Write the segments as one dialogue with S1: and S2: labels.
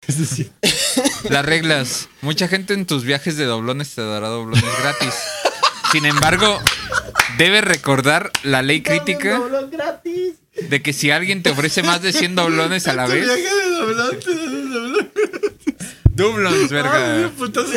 S1: Las reglas. Mucha gente en tus viajes de doblones te dará doblones gratis. Sin embargo, debes recordar la ley crítica
S2: Doblón gratis.
S1: de que si alguien te ofrece más de 100 doblones a la
S3: Tu Este viaje
S1: vez,
S3: de doblón, te das el doblón.
S1: doblones,
S3: Ay,
S1: verga.
S3: mira, putazo.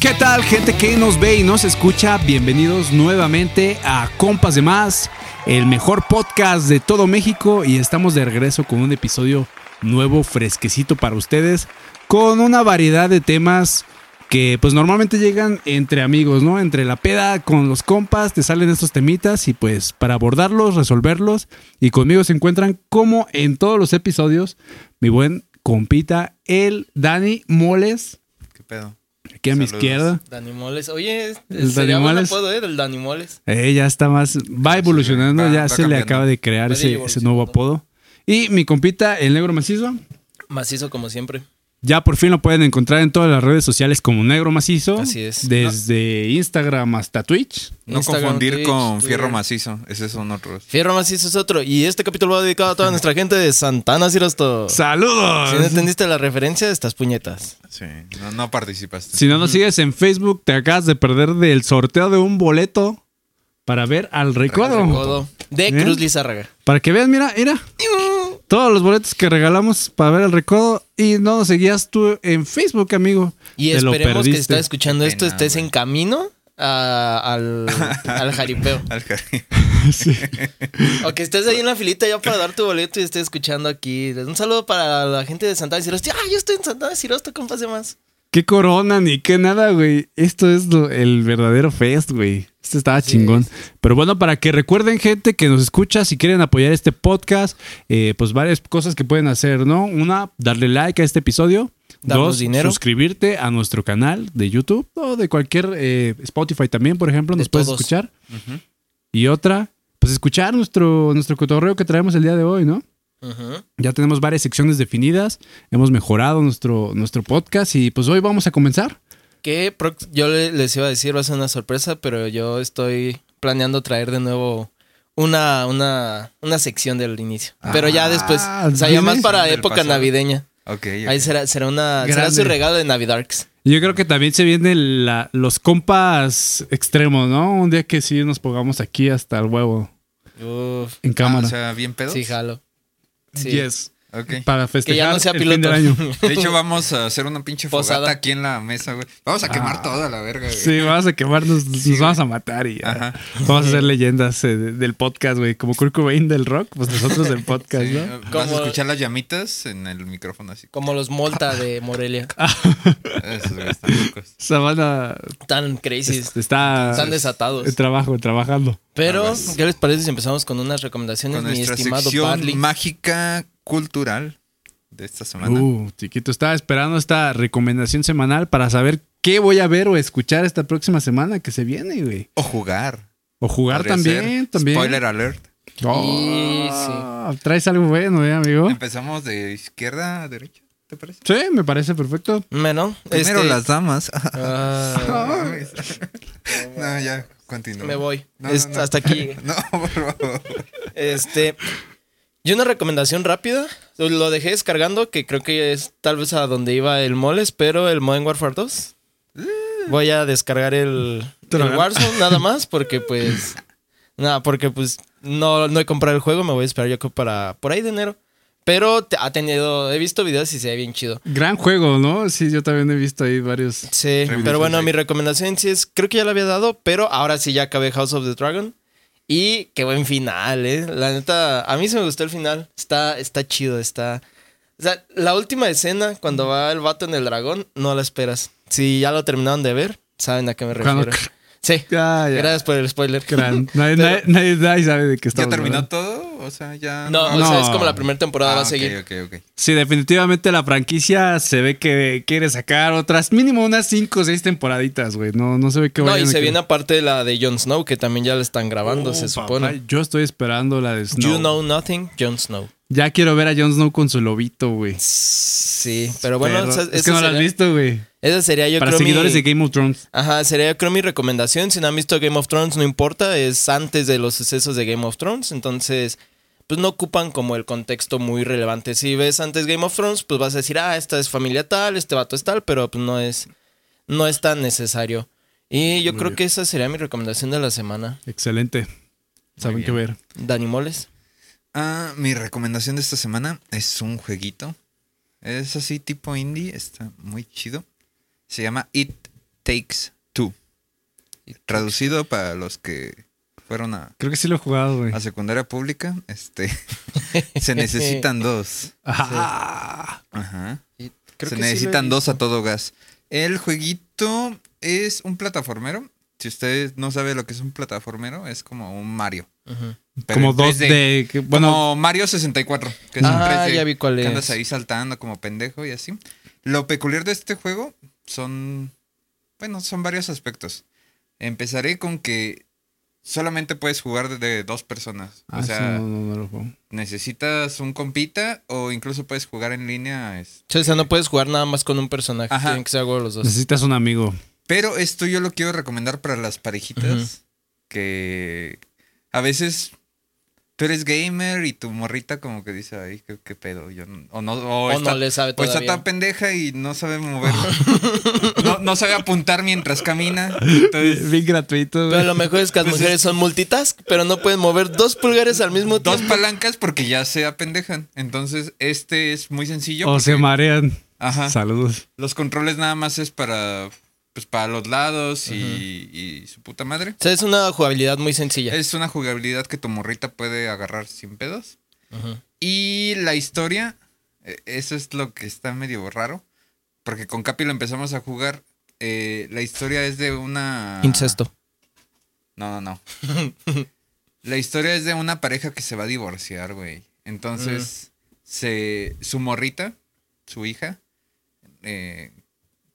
S4: ¿Qué tal gente que nos ve y nos escucha? Bienvenidos nuevamente a Compas de Más, el mejor podcast de todo México y estamos de regreso con un episodio nuevo, fresquecito para ustedes, con una variedad de temas que pues normalmente llegan entre amigos, ¿no? Entre la peda con los compas, te salen estos temitas y pues para abordarlos, resolverlos y conmigo se encuentran como en todos los episodios mi buen compita, el Dani Moles,
S1: ¿Qué pedo?
S4: aquí a mi
S1: Saludos.
S4: izquierda.
S2: Danimoles. Oye, es-
S4: El
S2: sería buen
S4: Danimoles.
S2: apodo, ¿eh? Del Danimoles.
S4: Eh, ya está más, va evolucionando,
S1: va-
S4: ya
S1: va
S4: se le
S1: cambiando.
S4: acaba de crear
S2: Va
S4: ese,
S2: evolucionando.
S4: ese nuevo apodo. Y mi compita, el negro macizo,
S2: Macizo como siempre.
S4: ya por fin lo pueden encontrar en todas las redes sociales como negro macizo.
S2: Así es.
S4: Desde Instagram hasta Twitch.
S1: No
S2: Instagram,
S1: confundir
S2: Twitch,
S1: con
S2: Twitter.
S1: fierro macizo. Esos son otros.
S2: Fierro Macizo es otro. Y este capítulo va dedicado a toda nuestra gente de Santana, Cirasto. Si
S4: ¡Saludos!
S2: no entendiste la referencia, estas puñetas.
S1: Sí. No, no participaste.
S4: Si no nos sigues en Facebook, te acabas de perder del sorteo de un boleto para ver al recodo.
S2: Apodo De
S1: ¿Eh?
S4: Bien.
S2: Cruz Lizárraga.
S4: Para que veas, mira, mira. Todos los boletos que regalamos para ver al recodo y no nos seguías tú en Facebook, amigo.
S2: Y
S4: Te lo
S2: esperemos que si
S4: perdiste.
S2: estás escuchando
S1: Qué
S2: esto,
S1: pena,
S2: estés
S1: güey.
S2: en camino a- al, al jaripeo.
S1: Al jardín.
S2: O que estés ahí en la filita ya para dar tu boleto y estés escuchando aquí. Un saludo para la gente de Santana de Cirosto. Ah, yo estoy en Santana de Cirosto, compas de más.
S4: Qué corona ni qué nada, güey. Esto es lo- el verdadero fest, güey. Esto estaba chingón. Pero bueno, para que recuerden, gente que nos escucha, si quieren apoyar este podcast, eh, pues varias cosas que pueden hacer, ¿no? Una, darle like a este episodio.
S2: Darnos
S4: Dos,
S2: dinero.
S4: suscribirte a nuestro canal de YouTube o de cualquier eh, Spotify también, por ejemplo,
S2: De
S4: nos puedes
S2: todos.
S4: escuchar. Y otra, pues escuchar nuestro, nuestro cotorreo que traemos el día de hoy, ¿no?
S2: Ujú.
S4: Ya tenemos varias secciones definidas, hemos mejorado nuestro, nuestro podcast y pues hoy vamos a comenzar.
S2: Que prox- yo le- les iba a decir, va a ser una sorpresa, pero yo estoy planeando traer de nuevo una, una, una sección del inicio. Pero ya después, o sea, ya
S4: Ah, ¿viene?
S2: más para
S1: Del
S2: época
S1: pasado.
S2: navideña.
S1: Ok, ok.
S2: Ahí será, será una será
S4: Grande.
S2: su regalo de Navidarks.
S4: Yo creo que también se vienen la- los compas extremos, ¿no? Un día que sí nos pongamos aquí hasta el huevo
S2: Uf,
S4: en
S1: Ah,
S4: cámara.
S1: o sea, bien pedos.
S2: sí, jalo. Sí.
S4: Yes.
S1: Ok.
S4: Para festejar
S2: Que ya no sea
S4: el fin
S2: piloto.
S4: del año.
S1: De hecho, vamos a hacer una pinche
S2: Posada. Ah.
S1: fogata aquí en la mesa, güey. Vamos a quemar toda la verga, güey.
S4: Sí, vamos a quemarnos, nos vamos a matar y ya.
S1: Ajá.
S4: Vamos a hacer leyendas eh, de- del podcast, güey. Como Kurt Cobain del rock, pues nosotros del podcast,
S1: Sí,
S4: ¿no?
S1: Vas a
S2: Como-
S1: escuchar las llamitas en el micrófono así.
S2: Como los Molta de Morelia.
S4: Ah.
S1: Esos güeyes están locos.
S4: Sabana
S2: Tan crazy.
S4: está...
S2: Están desatados.
S4: eh, Trabajo, trabajando.
S2: Pero, ¿qué les parece si empezamos con unas recomendaciones,
S1: Ah, Con
S2: mi
S1: nuestra
S2: estimado
S1: sección
S2: Parley?
S1: mágica cultural de esta semana.
S4: Uh, chiquito, estaba esperando esta recomendación semanal para saber qué voy a ver o escuchar esta próxima semana que se viene, güey.
S1: O jugar.
S4: O jugar
S1: podría
S4: también,
S1: ser.
S4: también.
S1: Spoiler alert.
S2: Ah.
S4: Oh, Traes algo bueno, ¿eh, amigo?
S1: Empezamos de izquierda a derecha, ¿te parece?
S4: Sí, me parece perfecto.
S2: Bueno,
S1: Primero
S2: este,
S1: las damas.
S2: ah,
S1: no, ya, continúa.
S2: me voy.
S1: No,
S2: Es-
S1: no, no.
S2: Hasta aquí.
S1: No, por favor.
S2: Este. Y una recomendación rápida. Lo dejé descargando, que creo que es tal vez a donde iba el moles, pero el Modern Warfare 2.
S1: Eh.
S2: Voy a descargar el, el
S4: Tragar.
S2: Warzone nada más, porque pues. Nada, porque pues no, no he comprado el juego, me voy a esperar yo creo para por ahí de enero. Pero te- ha tenido, he visto videos y se ve bien chido.
S4: Gran juego, ¿no? Sí, yo también he visto ahí varios.
S2: Sí,
S1: Remake.
S2: pero bueno, mi recomendación sí es, creo que ya la había dado, pero ahora sí ya acabé House of the Dragon. Y qué buen final, ¿eh? La neta, a mí se me gustó el final. Está, está chido, está... O sea, la última escena, cuando va el vato en el dragón, no la esperas. Si ya lo terminaron de ver, saben a qué me
S4: Cuando-
S2: refiero. Sí,
S4: Ah, ya.
S2: gracias por el spoiler.
S4: Gran. Nadie, nadie- nadie- nadie sabe de qué está.
S1: ¿Ya terminó todo? O sea, ya.
S2: No, o
S4: No.
S2: sea, es como la primera temporada
S1: Ah,
S2: va a
S1: ok,
S2: seguir.
S1: ok, ok.
S4: Sí, definitivamente la franquicia se ve que quiere sacar otras, mínimo unas 5 o 6 temporaditas, güey. No, no se ve que
S2: No,
S4: vayan
S2: y
S4: a
S2: se
S4: que-
S2: viene aparte la de Jon Snow, que también ya la están grabando,
S4: Oh,
S2: se
S4: papá,
S2: supone.
S4: yo estoy esperando la de Snow.
S2: You know nothing, Jon Snow.
S4: Ya quiero ver a Jon Snow con su lobito, güey.
S2: Sí, pero bueno,
S4: Perro.
S2: esa,
S4: es que
S2: esa
S4: no lo has
S2: sería,
S4: visto, güey.
S2: esa sería yo
S4: Para
S2: creo
S4: seguidores
S2: mi,
S4: de Game of Thrones.
S2: Ajá, sería yo creo mi recomendación. Si no han visto Game of Thrones, no importa, es antes de los sucesos de Game of Thrones, entonces pues no ocupan como el contexto muy relevante. Si ves antes Game of Thrones, pues vas a decir, ah, esta es familia tal, este vato es tal, pero pues no es, no es tan necesario. Y yo creo que esa sería mi recomendación de la semana.
S4: Excelente. Saben
S1: bien.
S4: qué ver.
S2: Dani Moles.
S1: Ah, mi recomendación de esta semana es un jueguito. Es así tipo indie, está muy chido. Se llama It Takes Two. Traducido para los que fueron a,
S4: Creo que sí lo he jugado,
S2: Ah,
S4: güey.
S1: a secundaria pública, este se necesitan dos.
S4: Ajá.
S1: Ajá.
S2: Y creo que sí lo
S1: se
S2: he
S1: necesitan
S2: visto.
S1: dos a todo gas. El jueguito es un plataformero. Si usted no sabe lo que es un plataformero, es como un Mario.
S2: Ujú.
S1: pero
S4: Como
S1: en
S4: dos
S1: 3D.
S4: de. que-
S1: Bueno,
S4: Bueno,
S1: Mario 64, que es un
S2: Ah,
S1: 3D,
S2: ya vi cuál
S1: que
S2: es.
S1: Andas ahí saltando como pendejo y así. Lo peculiar de este juego son, bueno, son varios aspectos. Empezaré con que solamente puedes jugar de, de dos personas.
S4: ah,
S1: o
S4: eso
S1: sea,
S4: no, no, no lo juego.
S1: necesitas un compita o incluso puedes jugar en línea. es-
S2: O sea, no puedes jugar nada más con un personaje,
S1: Ajá.
S2: tienen que ser algo de los dos.
S4: Necesitas un amigo.
S1: Pero esto yo lo quiero recomendar para las parejitas
S2: Ujú.
S1: que a veces tú eres gamer y tu morrita como que dice, ay, qué, qué pedo. Yo no- o no, o
S2: O
S1: está-
S2: no le sabe
S1: O Pues está
S2: todavía.
S1: tan pendeja y no sabe mover. no, no sabe apuntar mientras camina. Entonces,
S4: Bien gratuito,
S2: Pero
S4: güey.
S2: lo mejor es que las
S1: Pues
S2: mujeres son multitask, pero no pueden mover dos pulgares al mismo
S1: dos
S2: tiempo.
S1: palancas porque ya se apendejan. Entonces, este es muy sencillo.
S4: O se
S1: porque-
S4: marean.
S1: Ajá.
S4: Saludos.
S1: Los controles nada más es para, pues, para los lados y, y su puta madre.
S2: O sea, es una jugabilidad muy sencilla.
S1: Es una jugabilidad que tu morrita puede agarrar sin pedos.
S2: Ujú.
S1: Y la historia, eh, eso es lo que está medio raro. Porque con Capi lo empezamos a jugar. eh, la historia es de una...
S2: Incesto.
S1: No, no, no. La historia es de una pareja que se va a divorciar, güey. Entonces, se, su morrita, su hija, eh,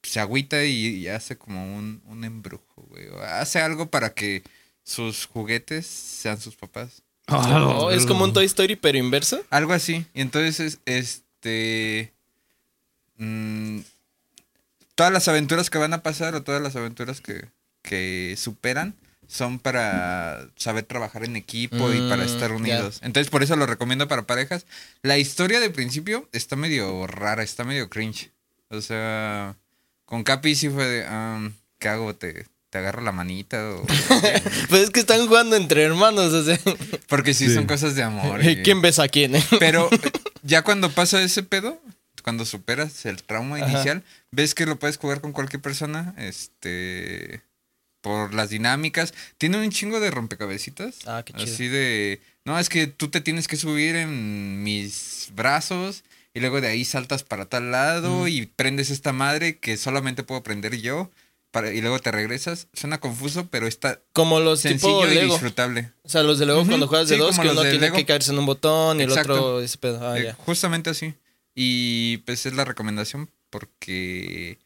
S1: se agüita y, y hace como un, un embrujo, güey. O Hace algo para que sus juguetes sean sus papás.
S4: Ah,
S2: Oh, es como un Toy Story, pero inverso.
S1: Algo así. Y entonces, es- este... mm, todas las aventuras que van a pasar o todas las aventuras que, que superan son para saber trabajar en equipo y para
S2: Mm,
S1: estar
S2: ya.
S1: unidos. Entonces, por eso lo recomiendo para parejas. La historia de principio está medio rara, está medio cringe. O sea, con Capi sí fue de, "Am, ¿qué hago? ¿Te, te agarro la manita? o-
S2: Pues es que están jugando entre hermanos. O sea,
S1: Porque sí,
S4: Sí.
S1: son cosas de amor. y-
S2: ¿quién besa a quién? eh?
S1: Pero eh, ya cuando pasa ese pedo, cuando superas el trauma
S2: Ajá.
S1: inicial, ves que lo puedes jugar con cualquier persona, este por las dinámicas. Tiene un chingo de rompecabecitas.
S2: Ah, qué chido.
S1: Así de, no, es que tú te tienes que subir en mis brazos y luego de ahí saltas para tal lado y prendes esta madre que solamente puedo prender yo. Para, y luego te regresas. Suena confuso, pero está
S2: Como los tipo
S1: sencillo y
S2: Lego.
S1: disfrutable.
S2: O sea, los de Lego
S1: Ujú,
S2: cuando juegas de
S1: sí,
S2: dos,
S1: como
S2: que
S1: los
S2: uno
S1: de
S2: tiene
S1: Lego.
S2: que caerse en un botón y el
S1: Exacto.
S2: otro ese pedo. Ah,
S1: Eh,
S2: ya.
S1: Justamente así. Y pues es la recomendación porque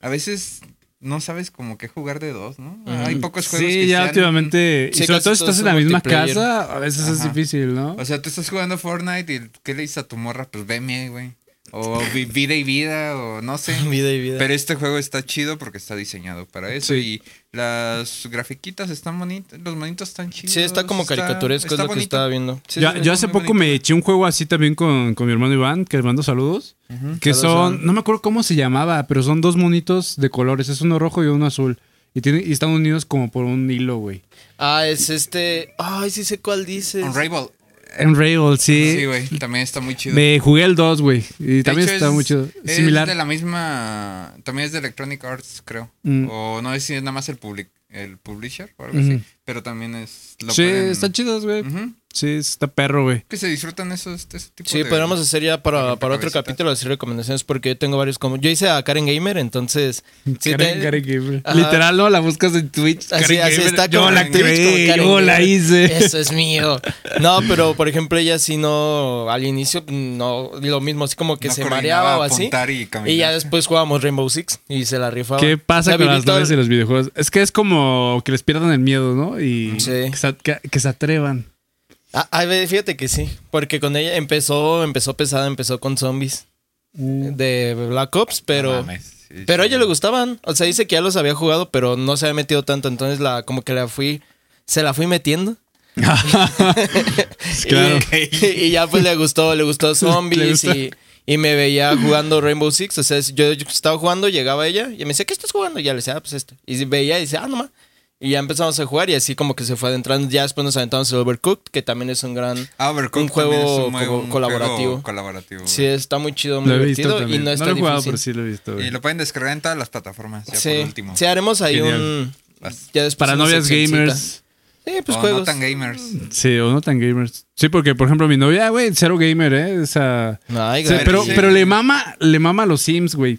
S1: a veces no sabes como qué jugar de dos, ¿no?
S2: Ujú.
S1: Hay pocos juegos
S4: Sí,
S1: que
S4: ya
S1: sean-
S4: últimamente.
S2: Sí,
S4: y sobre
S2: casi
S4: todo si
S2: todos
S4: estás en
S2: son
S4: la misma
S2: multiplayer.
S4: casa, a veces es
S1: Ajá.
S4: difícil, ¿no?
S1: O sea, tú estás jugando Fortnite y ¿qué le dices a tu morra? Pues veme, güey. O vi- vida y vida, o no sé.
S2: Vida y vida.
S1: Pero este juego está chido porque está diseñado para eso.
S4: Sí.
S1: Y las grafiquitas están bonitas, los monitos están chidos.
S2: sí, está como caricaturesco, es lo que
S1: bonito.
S2: estaba viendo.
S1: Sí,
S4: yo,
S1: está
S4: yo hace
S1: muy
S4: poco
S1: bonito.
S4: me eché un juego así también con, con mi hermano Iván, que le mando saludos. Que
S2: Saludos,
S4: son,
S2: Iván.
S4: no me acuerdo cómo se llamaba, pero son dos monitos de colores. Es uno rojo y uno azul. Y, tiene- y están unidos como por un hilo, güey.
S2: Ah, es este. Ay, sí sé cuál dices.
S1: Unravel.
S4: Unravel, sí.
S1: Sí, güey. También está muy chido.
S4: me jugué el 2, güey. Y
S1: De
S4: también
S1: hecho,
S4: está
S1: es-
S4: muy chido.
S1: Es
S4: Similar.
S1: de la misma. También es de Electronic Arts, creo.
S4: Mm.
S1: O no sé si es nada más el, public, el publisher o algo
S4: Ujú.
S1: así. Pero también es.
S4: Sí,
S1: pueden-
S4: están chidos, güey.
S1: Ujú.
S4: Sí, está perro, güey.
S1: Que se disfrutan esos, ese tipo
S2: Sí,
S1: de-
S2: podríamos hacer ya para, para otro
S1: rompecabecitas.
S2: capítulo así recomendaciones porque yo tengo varios como... Yo hice a Karen Gamer, entonces... sí
S4: Karen-
S2: te-
S4: Karen Gamer.
S2: Ajá.
S4: Literal, ¿no? La buscas en Twitch.
S2: Así,
S4: Karen
S2: así
S4: Gamer.
S2: está
S4: Yo
S2: como
S4: la
S2: en Twitch,
S4: creé,
S2: como Karen Eh,
S4: yo la
S2: Gamer.
S4: hice.
S2: Eso es mío. No, pero por ejemplo, ella sí no, al inicio, no, lo mismo, así como que
S1: No
S2: se
S1: coordinaba
S2: mareaba o así.
S1: apuntar y caminar.
S2: Y ya después jugábamos Rainbow Six y se la rifaba.
S4: ¿Qué pasa
S2: O sea,
S4: con
S2: viví
S4: las
S2: todo
S4: novias y los videojuegos? Es que es como que les pierdan el miedo, ¿no? Y
S2: Sí.
S4: que, se, que- que se atrevan.
S2: Ah, ah, ve, fíjate que sí, porque con ella empezó, empezó pesada, empezó con zombies
S4: Uh.
S2: de Black Ops, pero...
S1: No mames, sí,
S2: Pero a
S1: sí.
S2: ella le gustaban. O sea, dice que ya los había jugado, pero no se había metido tanto. Entonces, la, como que la fui. Se la fui metiendo.
S4: claro.
S2: Y, y ya pues le gustó, le gustó zombies
S4: Le gustó.
S2: y, y me veía jugando Rainbow Six. O sea, yo yo estaba jugando, llegaba ella y me decía, ¿qué estás jugando? Y ya le decía, ah, pues esto. Y veía y decía, ah, no ma". Y ya empezamos a jugar y así como que se fue adentrando. Ya después nos aventamos el Overcooked, que también es un gran.
S1: Ah, Overcooked
S2: un juego
S1: también es muy-
S2: co-
S1: un
S2: colaborativo.
S1: juego colaborativo.
S2: Sí, está muy chido, muy
S4: Lo he visto
S2: divertido y
S4: también.
S2: no
S4: No,
S2: está
S4: lo he jugado,
S2: difícil.
S4: pero sí lo he visto. güey.
S1: Y lo pueden descargar en todas las plataformas, ya
S2: sí,
S1: por último.
S2: sí, haremos ahí
S4: Genial.
S2: un.
S1: Las-
S2: Ya después
S4: Para
S2: una
S4: novias
S2: seccioncita.
S4: gamers.
S2: Sí, pues
S1: o
S2: juegos.
S1: Oh, no tan gamers.
S4: Sí, o no tan gamers. Sí, porque, por ejemplo, mi novia, güey, cero gamer, ¿eh? O sea...
S2: Ay,
S4: o sea,
S2: güey.
S4: pero,
S1: sí.
S4: pero le mama, le mama a los Sims, güey.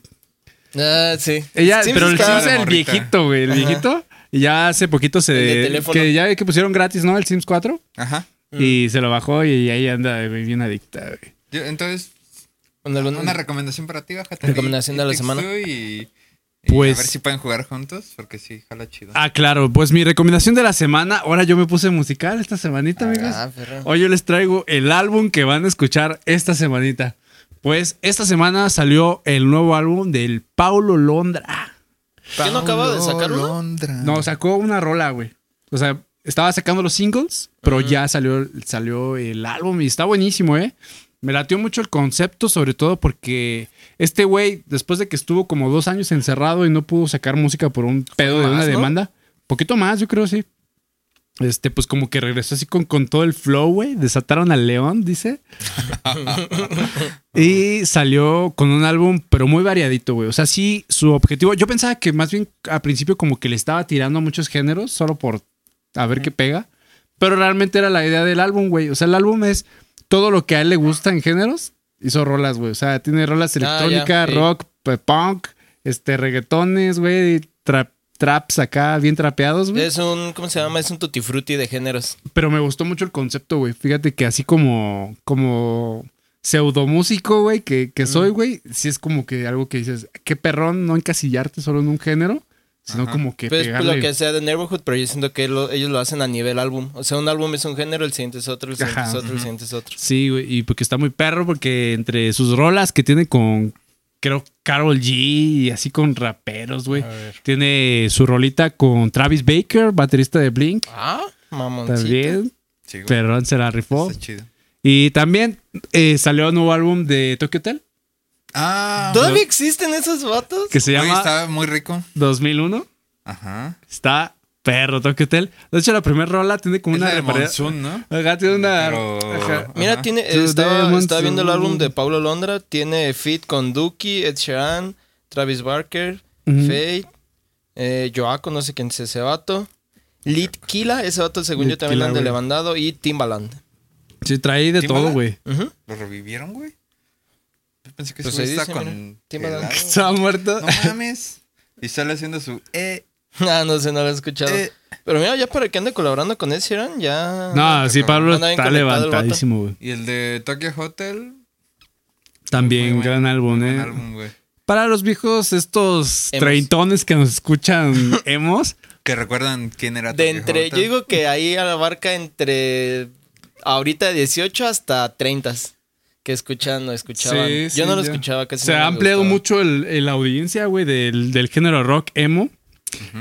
S2: Ah, sí.
S4: Ella,
S2: Sims
S4: pero el
S2: está-
S4: Sims es el
S1: Morrita.
S4: viejito, güey. El viejito. Y ya hace poquito se.
S2: El de teléfono. Mm.
S4: que ya que pusieron gratis, ¿no? El Sims 4.
S1: Ajá.
S4: Y se lo bajó y ahí anda, güey, bien adicta, güey.
S1: Yo- entonces,
S2: Con algún-
S1: una recomendación para ti, bájate.
S2: Recomendación de la
S1: It Takes
S2: semana.
S1: Two Y, y
S4: Pues-
S1: a ver si pueden jugar juntos, porque sí, jala chido.
S4: Ah, claro. Pues mi recomendación de la semana. Ahora yo me puse musical esta semanita, amigos.
S2: Ah, perro.
S4: Hoy yo les traigo el álbum que van a escuchar esta semanita. Pues esta semana salió el nuevo álbum del Paulo Londra.
S2: ¿Quién no acaba de sacar uno?
S1: Londra.
S4: No, sacó una rola, güey. O sea, estaba sacando los singles, pero ya salió, salió el álbum y está buenísimo, ¿eh? Me latió mucho el concepto, sobre todo porque este güey, después de que estuvo como dos años encerrado y no pudo sacar música por un pedo de
S2: más,
S4: una
S2: ¿no?
S4: demanda, poquito más, yo creo, sí. Este, pues como que regresó así con, con todo el flow, güey. Desataron al león, dice. Y salió con un álbum, pero muy variadito, güey. O sea, sí, su objetivo. Yo pensaba que más bien al principio, como que le estaba tirando a muchos géneros, solo por a ver qué pega. Pero realmente era la idea del álbum, güey. O sea, el álbum es todo lo que a él le gusta en géneros. Hizo rolas, güey. O sea, tiene rolas
S2: Ah, ya,
S4: electrónicas,
S2: sí.
S4: rock, p- punk, este, reggaetones, güey. trap- traps acá, bien trapeados, güey.
S2: Es un, ¿cómo se llama? Es un tutti frutti de géneros.
S4: Pero me gustó mucho el concepto, güey. Fíjate que así como, como pseudomúsico, güey, que, que soy, güey, sí es como que algo que dices, qué perrón no encasillarte solo en un género, sino
S1: Ajá.
S4: como que
S2: Pues
S4: pegarle.
S2: lo que sea de Neighborhood, pero yo siento que lo- ellos lo hacen a nivel álbum. O sea, un álbum es un género, el siguiente es otro, el siguiente
S4: Ajá.
S2: es otro, el siguiente es otro.
S4: Sí, güey, y porque está muy perro, porque entre sus rolas que tiene con, creo, Carol G y así con raperos, güey. Tiene su rolita con Travis Baker, baterista de Blink.
S2: Ah, mamoncito.
S4: También,
S1: Sí, güey,
S4: perrón se la rifó.
S1: Está chido.
S4: Y también eh, salió un nuevo álbum de Tokyo Hotel
S1: Ah,
S2: ¿Todavía existen esos vatos?
S4: que se
S1: oye,
S4: llama
S1: estaba muy rico.
S4: 2001.
S1: Ajá.
S4: Está perro Tokyo Hotel. De hecho, la primera rola tiene como
S1: Es
S4: una
S1: la de
S4: reparación.
S1: Monsoon, ¿no?
S4: tiene una.
S1: Pero-
S4: Ajá.
S2: Mira,
S1: Ajá.
S2: tiene,
S4: To
S2: estaba,
S4: Demon
S2: estaba viendo el álbum
S4: Soul.
S2: de Paulo Londra. Tiene Fit con Duki, Ed Sheeran, Travis Barker,
S4: Ujú.
S2: Fate, eh, Joaco, no sé quién es ese vato. Litkila, ese vato según yo también lo han
S4: Litkila, güey.
S2: demandado. Y Timbaland.
S4: Sí, trae de
S1: ¿Timbaland?
S4: todo, güey.
S2: Ujú.
S1: ¿Lo revivieron, güey? Yo pensé que
S2: Pues
S1: se
S2: ahí
S1: está
S2: dice, mira,
S1: con.
S2: Timbaland.
S1: pelado.
S4: Está muerto.
S1: No mames. Y sale haciendo su. Eh,
S2: Ah, no sé, no lo he escuchado.
S1: Eh.
S2: Pero mira, ya para que ande colaborando con Ed Sheeran, ya...
S4: No, sí, Pablo
S2: Anda bien
S4: está
S2: conectado el vato.
S4: levantadísimo, güey.
S1: y el de Tokyo Hotel.
S4: También,
S1: Muy bueno.
S4: gran álbum,
S1: Un
S4: eh.
S1: álbum, güey.
S4: Para los viejos, estos
S2: Emos.
S4: treintones que nos escuchan hemos,
S1: Que recuerdan quién era
S2: De
S1: Tokyo
S2: entre, yo
S1: Hotel.
S2: digo que ahí abarca entre ahorita 18 hasta 30 que escuchan o escuchaban.
S4: Sí,
S2: yo no
S4: sí,
S2: lo
S4: ya.
S2: escuchaba casi.
S4: se
S2: no
S4: ha
S2: me
S4: ampliado
S2: gustaba.
S4: mucho el, el- la audiencia, güey, del, del género rock emo.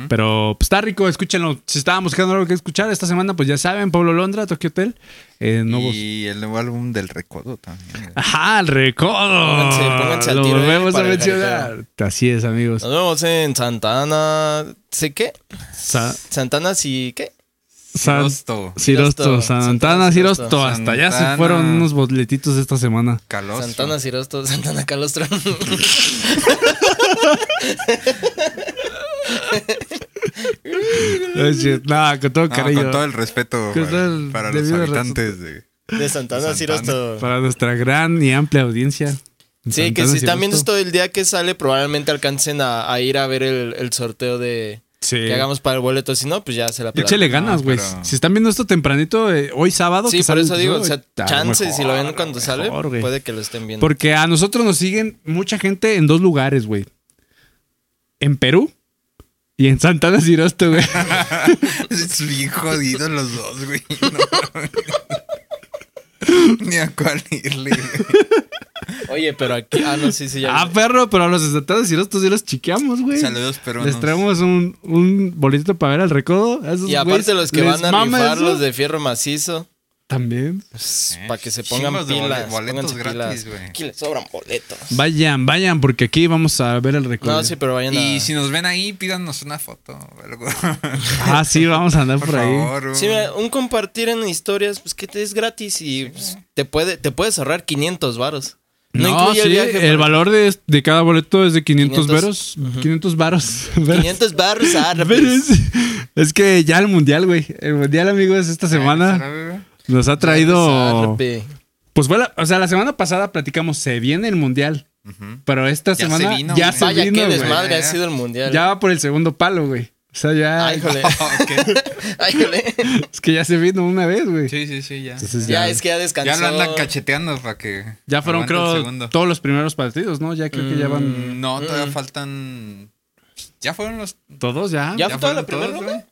S4: Pero pues, está rico, escúchenlo. Si estábamos buscando algo que escuchar esta semana, pues ya saben, Pablo Londra, Tokyo Hotel, eh, nuevos Ah,
S1: Y el nuevo álbum del Recodo también. güey.
S4: Ajá, el recodo.
S2: Pónganse- pónganse al
S4: Lo
S2: tiro, eh,
S4: volvemos a
S2: para el
S4: mencionar. Así es, amigos.
S2: Nos vemos en Santana. ¿Sí qué?
S4: Sa-
S2: Santana, sí qué.
S4: San-
S1: Sirosto.
S4: Sirosto,
S2: Sirosto,
S4: Santana,
S2: Santana,
S4: Sirosto.
S2: Sirosto.
S4: Hasta allá se
S1: Santana.
S4: fueron unos boletitos esta semana.
S1: Calostro.
S2: Santana Cirosto, Santana Calostro.
S4: No, es cierto. No, con todo
S1: No,
S4: cariño.
S1: con todo el respeto
S4: Con
S1: para,
S4: todo el
S1: para los
S4: debido
S1: habitantes de...
S2: De Santana
S1: Santana.
S2: Cirosto.
S4: Para nuestra gran y amplia audiencia.
S2: Sí, que
S4: Santana
S2: si están viendo
S4: Cirusto.
S2: esto el día que sale, probablemente alcancen a, a ir a ver el, el sorteo de
S4: Sí.
S2: que hagamos para el boleto. Si no, pues ya se la pelaron.
S4: Échale ganas,
S1: No,
S4: güey.
S1: pero-
S4: Si están viendo esto tempranito, eh, hoy sábado.
S2: Sí,
S4: que
S2: por
S4: sale el
S2: eso digo, o sea,
S4: episodio, a lo
S2: chance, si lo ven
S4: mejor,
S2: cuando
S4: a lo
S2: sale,
S4: mejor, güey.
S2: puede que lo estén viendo.
S4: Porque a nosotros nos siguen mucha gente en dos lugares, güey. En Perú y en Santana Cirosto, güey.
S1: Es bien jodido los dos, güey. No. Ni a cuál irle. güey.
S2: Oye, pero aquí. Ah, no, sí, sí, ya.
S4: ah, perro, pero a los de Santana Cirosto sí los chiqueamos, güey.
S1: Saludos peruanos.
S4: Les traemos un, un boletito para ver al recodo. A esos
S2: y aparte,
S4: güeyes
S2: los que
S4: les
S2: van a
S4: mama
S2: rifar,
S4: eso. Pues,
S2: los de fierro macizo,
S4: También.
S1: Eh,
S2: para que se
S1: chingos
S2: pongan
S1: de bole-
S2: pilas.
S1: boletos
S2: pónganse pilas.
S1: gratis, güey.
S2: Aquí les sobran boletos.
S4: Vayan, vayan, porque aquí vamos a ver el recodo.
S2: No, sí, pero vayan a.
S1: Y si nos ven ahí, pídanos una foto. o algo.
S4: Ah, sí, vamos a andar por,
S1: Por
S4: ahí.
S1: favor. güey.
S2: Sí, mira, un compartir en historias, pues que te es gratis y pues, te, puede, te puedes ahorrar 500 varos.
S4: No,
S2: incluye
S4: sí, el,
S2: pero
S4: valor de, de cada boleto es de 500
S2: 500.
S4: veros. 500 varos. Veros.
S2: 500 varos, ah,
S4: Pero es, es que ya el mundial, güey. El mundial, amigos, esta semana nos ha traído.
S2: Arpe.
S4: Pues fue la, o sea, la semana pasada platicamos, se viene el mundial.
S1: Ujú.
S4: Pero esta
S1: Ya
S4: semana
S1: se vino,
S4: ya
S1: güey.
S4: se
S2: Vaya,
S4: vino.
S2: qué
S4: güey.
S2: desmadre
S1: güey.
S2: ha sido el mundial.
S4: Ya va por el segundo palo, güey. O sea, ya.
S2: Ay, jole.
S1: Ok.
S2: Ay, jole.
S4: es que ya se vino una vez, güey.
S1: Sí, sí, sí, ya.
S4: Entonces ya.
S2: Ya es que ya descansó.
S1: Ya lo andan cacheteando para que.
S4: ya fueron,
S1: aguante el
S4: creo,
S1: segundo.
S4: todos los primeros partidos, ¿no? Ya creo que ya van
S1: No, todavía faltan. Ya fueron los.
S4: todos, ya.
S2: ¿Ya fue toda la
S1: fueron
S2: primera
S1: todos,
S2: ronda?
S1: güey.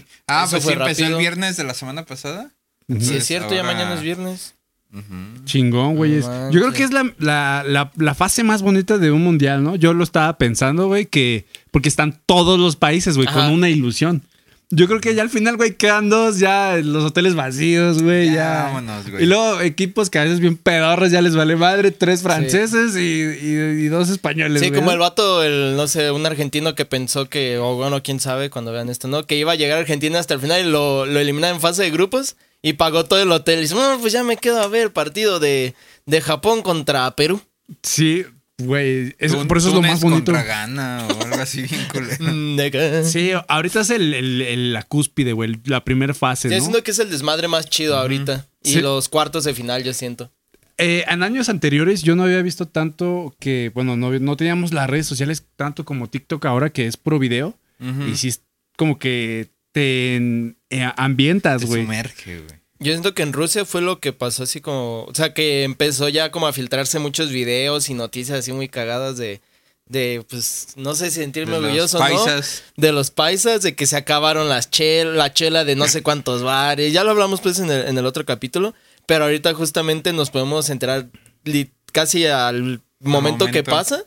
S1: Sí. Ah,
S2: Eso
S1: pues sí,
S2: fue
S1: empezó el
S2: rápido.
S1: viernes de la semana pasada.
S2: Sí, es
S1: Entonces,
S2: cierto, ya
S1: ahora-
S2: mañana es viernes.
S1: Ujú.
S4: Chingón, güey. es-
S2: manches.
S4: Yo creo que es la, la- la- la fase más bonita de un mundial, ¿no? Yo lo estaba pensando, güey, que. Porque están todos los países, güey,
S2: Ajá.
S4: con una ilusión. Yo creo que ya al final, güey, quedan dos, ya los hoteles vacíos, güey,
S1: Ya,
S4: ya.
S1: vámonos, güey.
S4: Y luego equipos que a veces bien pedorros, ya les vale madre, tres franceses y, y- y dos españoles,
S2: Sí,
S4: güey.
S2: como el vato, el, no sé, un argentino que pensó que, o bueno, quién sabe cuando vean esto, ¿no? Que iba a llegar a Argentina hasta el final y lo, lo eliminaron en fase de grupos y pagó todo el hotel. Y dice, bueno, pues ya me quedo a ver el partido de, de Japón contra Perú.
S4: Sí, güey. es-
S1: Tun-
S4: por eso es lo
S1: Túnez
S4: más bonito.
S1: contra Ghana o algo así bien culero.
S2: Mm, de que-
S4: Sí, ahorita es el, el- el- la cúspide, güey, la primera fase,
S2: Sí,
S4: ¿no?
S2: siento que es el desmadre más chido ahorita. Y
S4: Sí.
S2: los cuartos de final, yo siento.
S4: Eh, en años anteriores yo no había visto tanto que, bueno, no, no teníamos las redes sociales tanto como TikTok ahora que es pro video. Y sí, es como que te en- eh, ambientas,
S1: Te
S4: güey.
S1: sumerge, güey.
S2: Yo siento que en Rusia fue lo que pasó así como, o sea, que empezó ya como a filtrarse muchos videos y noticias así muy cagadas de, de pues, no sé si sentirme
S1: De los
S2: orgulloso, ¿no?
S1: paisas.
S2: De los paisas, de que se acabaron las chel la chela de no sé cuántos bares. Ya lo hablamos pues en el, en el otro capítulo, pero ahorita justamente nos podemos enterar li- casi al momento, que
S1: momento.
S2: pasa.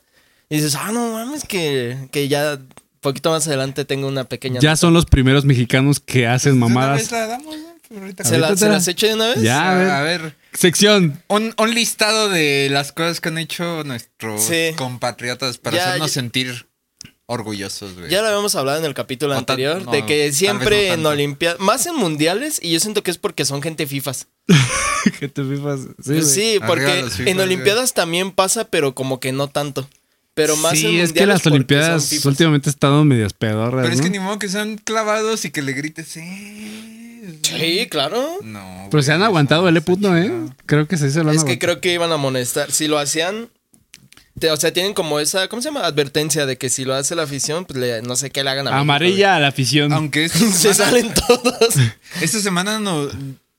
S2: Y dices, ah, no mames, que, que ya poquito más adelante tengo una pequeña...
S4: Ya son los primeros mexicanos que hacen
S1: Mamadas.
S4: mamadas.
S1: la damos, güey? Pero ahorita-
S2: ¿Se, la,
S4: Ahorita
S2: ¿Se
S4: te la-
S2: las echo de una vez?
S4: Ya, a ver.
S1: A ver.
S4: Sección.
S1: Un, un listado de las cosas que han hecho nuestros
S2: Sí.
S1: compatriotas para
S2: Ya,
S1: hacernos
S2: ya-
S1: sentir orgullosos, güey.
S2: Ya lo habíamos hablado en el capítulo
S1: O tan-
S2: anterior,
S1: no,
S2: de
S1: tal
S2: que
S1: vez
S2: siempre
S1: no
S2: en
S1: tanto.
S2: Olimpiadas, más en mundiales, y yo siento que es porque son gente FIFAs.
S4: que te fifas. Sí,
S2: Pues
S4: güey.
S2: sí,
S1: Arriba
S2: porque
S1: los
S2: en
S1: FIFAs,
S2: Olimpiadas también pasa, pero como que no tanto. Pero más en
S4: Sí, es
S2: mundiales
S4: que las
S2: porque son
S4: Olimpiadas
S2: FIFAs.
S4: últimamente han estado medias pedorras.
S1: Pero es que
S4: Pues,
S1: ni
S4: ¿no?
S1: modo que sean clavados y que le grites, eh.
S2: Sí, claro.
S1: No.
S4: Pero Pues se han aguantado el puto,
S1: puto,
S4: ¿eh? Creo que sí se lo han
S2: Es que
S4: aguantado.
S2: creo que iban a amonestar. Si lo hacían, te- o sea, tienen como esa, ¿cómo se llama? Advertencia de que si lo hace la afición, pues le- no sé qué le hagan a México,
S4: Amarilla a la afición.
S1: Aunque esta
S2: güey. Se
S1: semana,
S2: salen todos.
S1: esta semana no,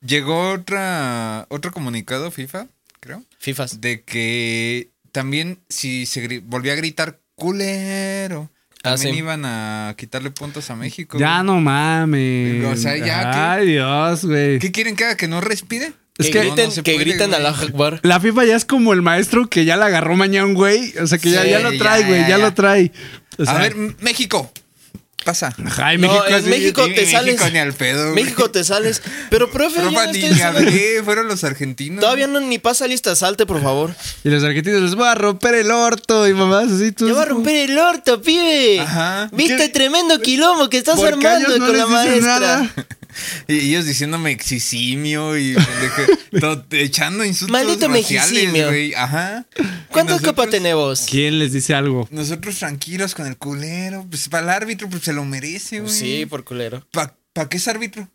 S1: llegó otra, otro comunicado FIFA, creo.
S2: FIFAs.
S1: de que también si se gri- volvía a gritar culero,
S2: Ah,
S1: también
S2: sí.
S1: iban a quitarle puntos a México.
S4: Ya
S1: güey.
S4: no mames.
S1: O sea, ya,
S4: Ay, Dios, güey.
S1: ¿Qué quieren que haga? ¿Que no respire?
S2: Que,
S4: Es que-
S2: griten,
S1: No, no se
S2: que
S1: puede,
S2: griten a
S1: güey.
S2: la Akbar.
S4: La FIFA ya es como el maestro que ya la agarró mañana un güey. O sea, que ya,
S2: Sí,
S4: ya lo
S1: ya,
S4: trae, güey. Ya,
S1: ya, ya.
S4: lo trae. O sea,
S1: A ver, M- México, pasa.
S4: ajá, en
S2: No, eh.
S4: México
S2: en
S4: así-
S2: México
S1: Y- y
S2: te sales.
S1: México ni al pedo. güey.
S2: México te sales. Pero, profe, yo no
S1: Profa,
S2: estoy
S1: ni
S2: diciendo-
S1: hablé, fueron los argentinos.
S2: Todavía no, ni pasa lista, salte, por favor.
S4: Y los argentinos les va a romper el orto y mamás así. Tú,
S2: Te va a romper el orto, pibe.
S1: Ajá.
S2: Viste
S4: ¿Qué?
S2: tremendo quilombo que estás
S4: Porque a
S2: armando
S4: ellos no
S2: con
S4: les
S2: la
S4: dicen
S2: maestra.
S4: nada.
S1: Y ellos diciendo mexisimio y pendeje- to- echando insultos
S2: Maldito
S1: raciales,
S2: mexisimio.
S1: güey. Ajá. Y
S2: ¿Cuántas
S1: nosotros-
S2: copas tenemos?
S4: ¿Quién les dice algo?
S1: Nosotros tranquilos con el culero. Pues para el árbitro, pues se lo merece, güey.
S2: Pues sí, por culero.
S1: ¿Para qué es árbitro?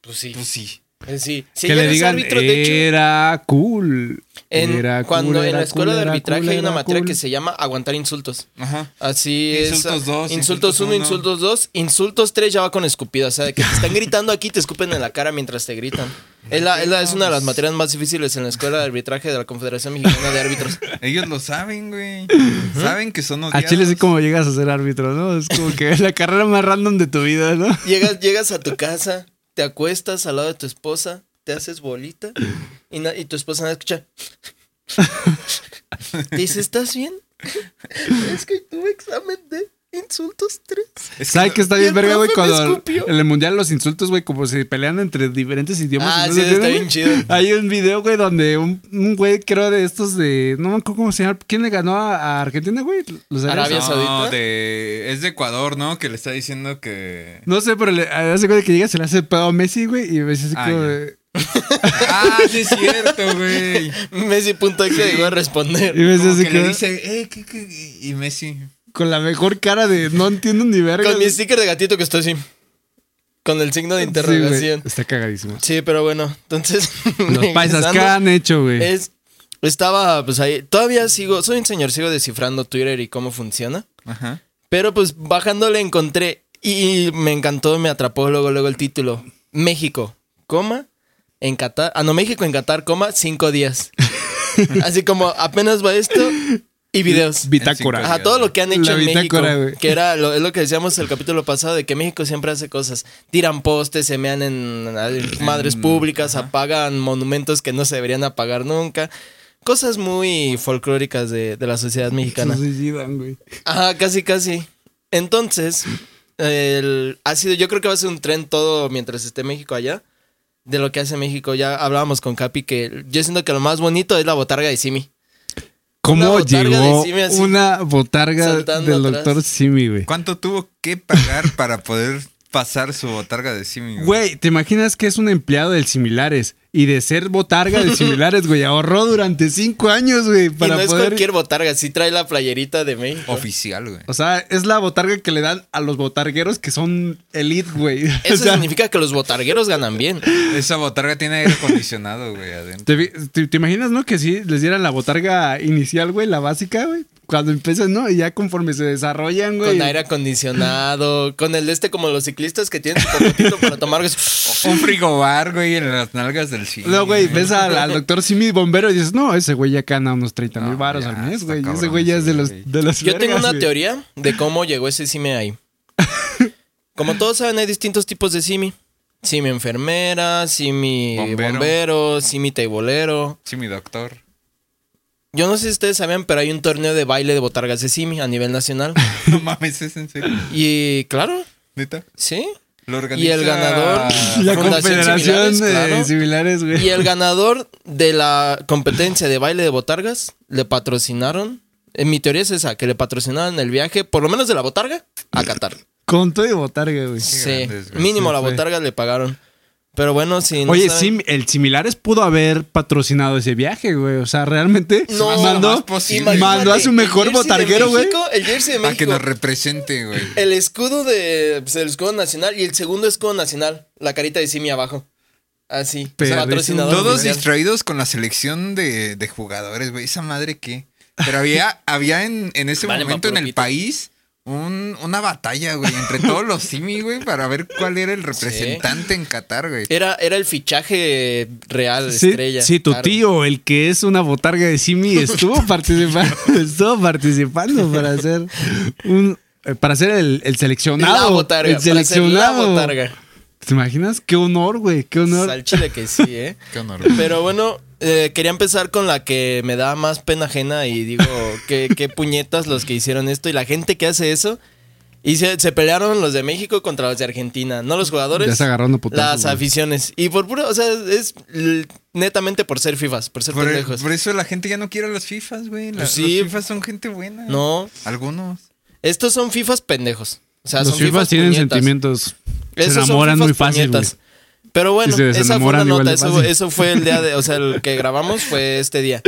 S2: Pues sí.
S1: Pues sí.
S2: Eh, sí. Si
S4: que
S2: ella
S4: le
S2: no es
S4: digan, "Eh,
S2: árbitro, de hecho,
S4: era cool.
S2: en-
S4: era
S2: cuando
S4: cool,
S2: en la
S4: era
S2: escuela
S4: cool,
S2: de
S4: era
S2: arbitraje
S4: cool,
S2: hay una
S4: era
S2: materia
S4: cool".
S2: que se llama aguantar insultos.
S1: Ajá.
S2: Así es.
S1: Insultos dos,
S2: Insultos
S1: insultos
S2: 1,
S1: uno.
S2: insultos 2. Insultos 3 ya va con escupidas. O sea, que te están gritando aquí, te escupen en la cara mientras te gritan. Es, la- es la- es una de las materias más difíciles en la escuela de arbitraje de la Confederación Mexicana de Árbitros.
S1: Ellos lo saben, güey. Saben que son
S4: A
S1: odiados.
S4: Chile sí como llegas a ser árbitro, ¿no? Es como que es la carrera más random de tu vida, ¿no?
S2: Llegas, llegas a tu casa, te acuestas al lado de tu esposa, te haces bolita y, na- y tu esposa nada escucha. Te dice, ¿estás bien? Es que tuve examen de insultos 3.
S1: Es que
S4: ¿Sabes que está
S2: Y
S4: bien
S2: el
S4: verga, güey?
S2: profe me
S4: Cuando
S2: escupió.
S4: en el mundial los insultos, güey, como se pelean entre diferentes idiomas.
S2: Ah,
S4: y no
S2: sí,
S4: se
S2: está
S4: entienden,
S2: bien
S4: güey.
S2: chido.
S4: Hay un video, güey, donde un un güey, creo, de estos de. No me acuerdo cómo se llama. ¿Quién le ganó a a Argentina, güey? Los árabes.
S2: Arabia
S1: no,
S2: Saudita.
S1: de- es de Ecuador, ¿no? Que le está diciendo que.
S4: No sé, pero le hace güey que llega, se le hace el pedo a Messi, güey, y me dice así
S1: Ah,
S4: como
S1: ya.
S4: de-
S1: ah, sí es cierto, güey.
S2: Messi.exe llegó a responder.
S4: y me dice
S1: Como
S4: así
S1: que le
S4: que-
S1: dice, eh, ¿qué, qué? qué?" Y Messi.
S4: con la mejor cara de no entiendo ni verga.
S2: Con mi
S4: Sí,
S2: sticker de gatito que estoy así. Con el signo de
S4: güey,
S2: interrogación. Sí,
S4: está cagadísimo.
S2: pero bueno, entonces.
S4: Los paisas, ¿qué
S2: regresando,
S4: han hecho, güey?
S2: es- Estaba, pues ahí. Todavía sigo. Soy un señor, sigo descifrando Twitter y cómo funciona.
S1: Ajá.
S2: Pero pues bajándole encontré. Y me encantó, me atrapó luego, luego el título. México, coma, en Qatar. Ah, no, México en Qatar, coma, cinco días. Así como apenas va esto y videos.
S4: Bitácora.
S2: Ajá, todo lo que han hecho
S4: La
S2: en México.
S4: bitácora, güey.
S2: Que era lo, es lo que decíamos el capítulo pasado, de que México siempre hace cosas. Tiran postes, se mean en, en madres públicas, apagan monumentos que no se deberían apagar nunca. Cosas muy folclóricas de, de la sociedad mexicana.
S4: Se suicidan, güey.
S2: Ajá, casi, casi. Entonces, el- ha sido, yo creo que va a ser un tren todo mientras esté México allá. De lo que hace México, ya hablábamos con Capi que yo siento que lo más bonito es la botarga de Simi.
S4: ¿Cómo
S2: botarga
S4: llegó
S2: de Simi así,
S4: una botarga
S2: saltando
S4: del
S2: atrás?
S4: doctor Simi, güey?
S1: ¿Cuánto tuvo que pagar para poder pasar su botarga de Simi? güey?
S4: Güey, ¿te imaginas que es un empleado del Similares? Y de ser botarga del Similares, güey, ahorró durante cinco años, güey, para
S2: y no es
S4: poder...
S2: cualquier botarga, sí trae la playerita de México.
S1: Oficial, güey.
S4: O sea, es la botarga que le dan a los botargueros que son elite, güey.
S2: Eso
S4: O sea,
S2: significa que los botargueros ganan bien.
S1: Esa botarga tiene aire acondicionado, güey, adentro.
S4: ¿Te, vi- te- te imaginas, no? Que sí, les dieran la botarga inicial, güey, la básica, güey. Cuando empiezan, ¿no? Y ya conforme se desarrollan, güey.
S2: Con aire acondicionado, con el de este como los ciclistas que tienen su copotito para tomar. güey.
S1: Un frigobar, güey, en las nalgas del Simi.
S4: No, güey, ves al, al doctor Simi bombero y dices, no, ese güey ya gana unos 30 mil
S1: No,
S4: baros
S1: ya,
S4: al mes,
S1: está
S4: güey. Ese
S1: cabrón
S4: güey ya es de
S1: ese
S4: los.
S1: güey.
S4: De las
S2: Yo tengo
S4: vergas,
S2: una
S4: güey".
S2: teoría de cómo llegó ese Simi ahí. Como todos saben, hay distintos tipos de Simi. Simi enfermera, Simi bombero,
S1: Bombero.
S2: Simi teibolero.
S1: Simi doctor.
S2: Yo no sé si ustedes sabían, pero hay un torneo de baile de botargas de Simi a nivel nacional.
S1: No mames, es en serio.
S2: Y claro,
S1: Neta.
S2: sí.
S1: Lo organiza.
S2: Y el ganador-
S4: La
S2: Fundación
S4: confederación
S2: Similares,
S4: de
S2: claro.
S4: similares, güey.
S2: Y el ganador de la competencia de baile de botargas le patrocinaron. En mi teoría es esa, que le patrocinaron el viaje, por lo menos de la botarga, a Qatar.
S4: Con todo y botarga, güey.
S2: Sí,
S1: grandes, güey.
S2: mínimo la
S4: Sí, güey.
S2: botarga le pagaron. Pero bueno, si no
S4: Oye,
S2: saben-
S4: Sim- el Similares pudo haber patrocinado ese viaje, güey. O sea, realmente
S2: No,
S1: No, lo más
S4: mandó,
S1: posible.
S2: imagínate,
S4: mandó a su
S2: el
S4: mejor
S2: jersey de
S4: botarguero, güey.
S2: México, El jersey de
S1: Para que
S2: México.
S1: nos represente, güey.
S2: El escudo de pues, el escudo nacional y el segundo escudo nacional, la carita de Simi abajo. Así,
S4: Pero
S2: patrocinador.
S1: Todos
S2: oficial.
S1: distraídos con la selección de, de jugadores, güey. Esa madre que. Pero había, había en, en ese
S2: Vale,
S1: momento en
S2: papuro
S1: el
S2: pito.
S1: país un- una batalla, güey, entre todos los simi, güey, para ver cuál era el representante en Qatar, güey.
S2: Era, era el fichaje real,
S4: Sí,
S2: estrella.
S4: sí, tu
S2: claro.
S4: tío, el que es una botarga de Simi, estuvo participando, estuvo participando para hacer un eh, para ser el, el seleccionado.
S2: La botarga.
S4: el
S2: para ser
S4: seleccionado.
S2: La botarga.
S4: ¿Te imaginas? Qué honor, güey. Qué honor.
S2: Al chile que sí, ¿eh?
S1: Qué honor.
S2: Pero bueno, eh, quería empezar con la que me da más pena ajena y digo, qué, qué puñetas los que hicieron esto y la gente que hace eso. Y se, se pelearon los de México contra los de Argentina, no los jugadores.
S4: Ya se agarraron a putazos,
S2: Las
S4: güey.
S2: aficiones. Y por puro, o sea, es l- netamente por ser FIFAs, por ser
S1: Por,
S2: pendejos.
S1: por eso la gente ya no quiere a los FIFAs, güey. La-
S2: Pues sí.
S1: Los FIFAs son gente buena.
S2: No,
S1: Algunos.
S2: estos son FIFAs pendejos. O sea,
S4: Los
S2: son fifas
S4: FIFAs tienen
S2: puñetas.
S4: sentimientos. Se
S2: Esos son
S4: enamoran
S2: fifas
S4: muy fácil, güey.
S2: puñetas. Pero bueno,
S4: Y se
S2: esa fue una
S4: desenamoran igual
S2: nota,
S4: de
S2: eso,
S4: fácil.
S2: eso fue el día de, o sea, el que grabamos fue este día.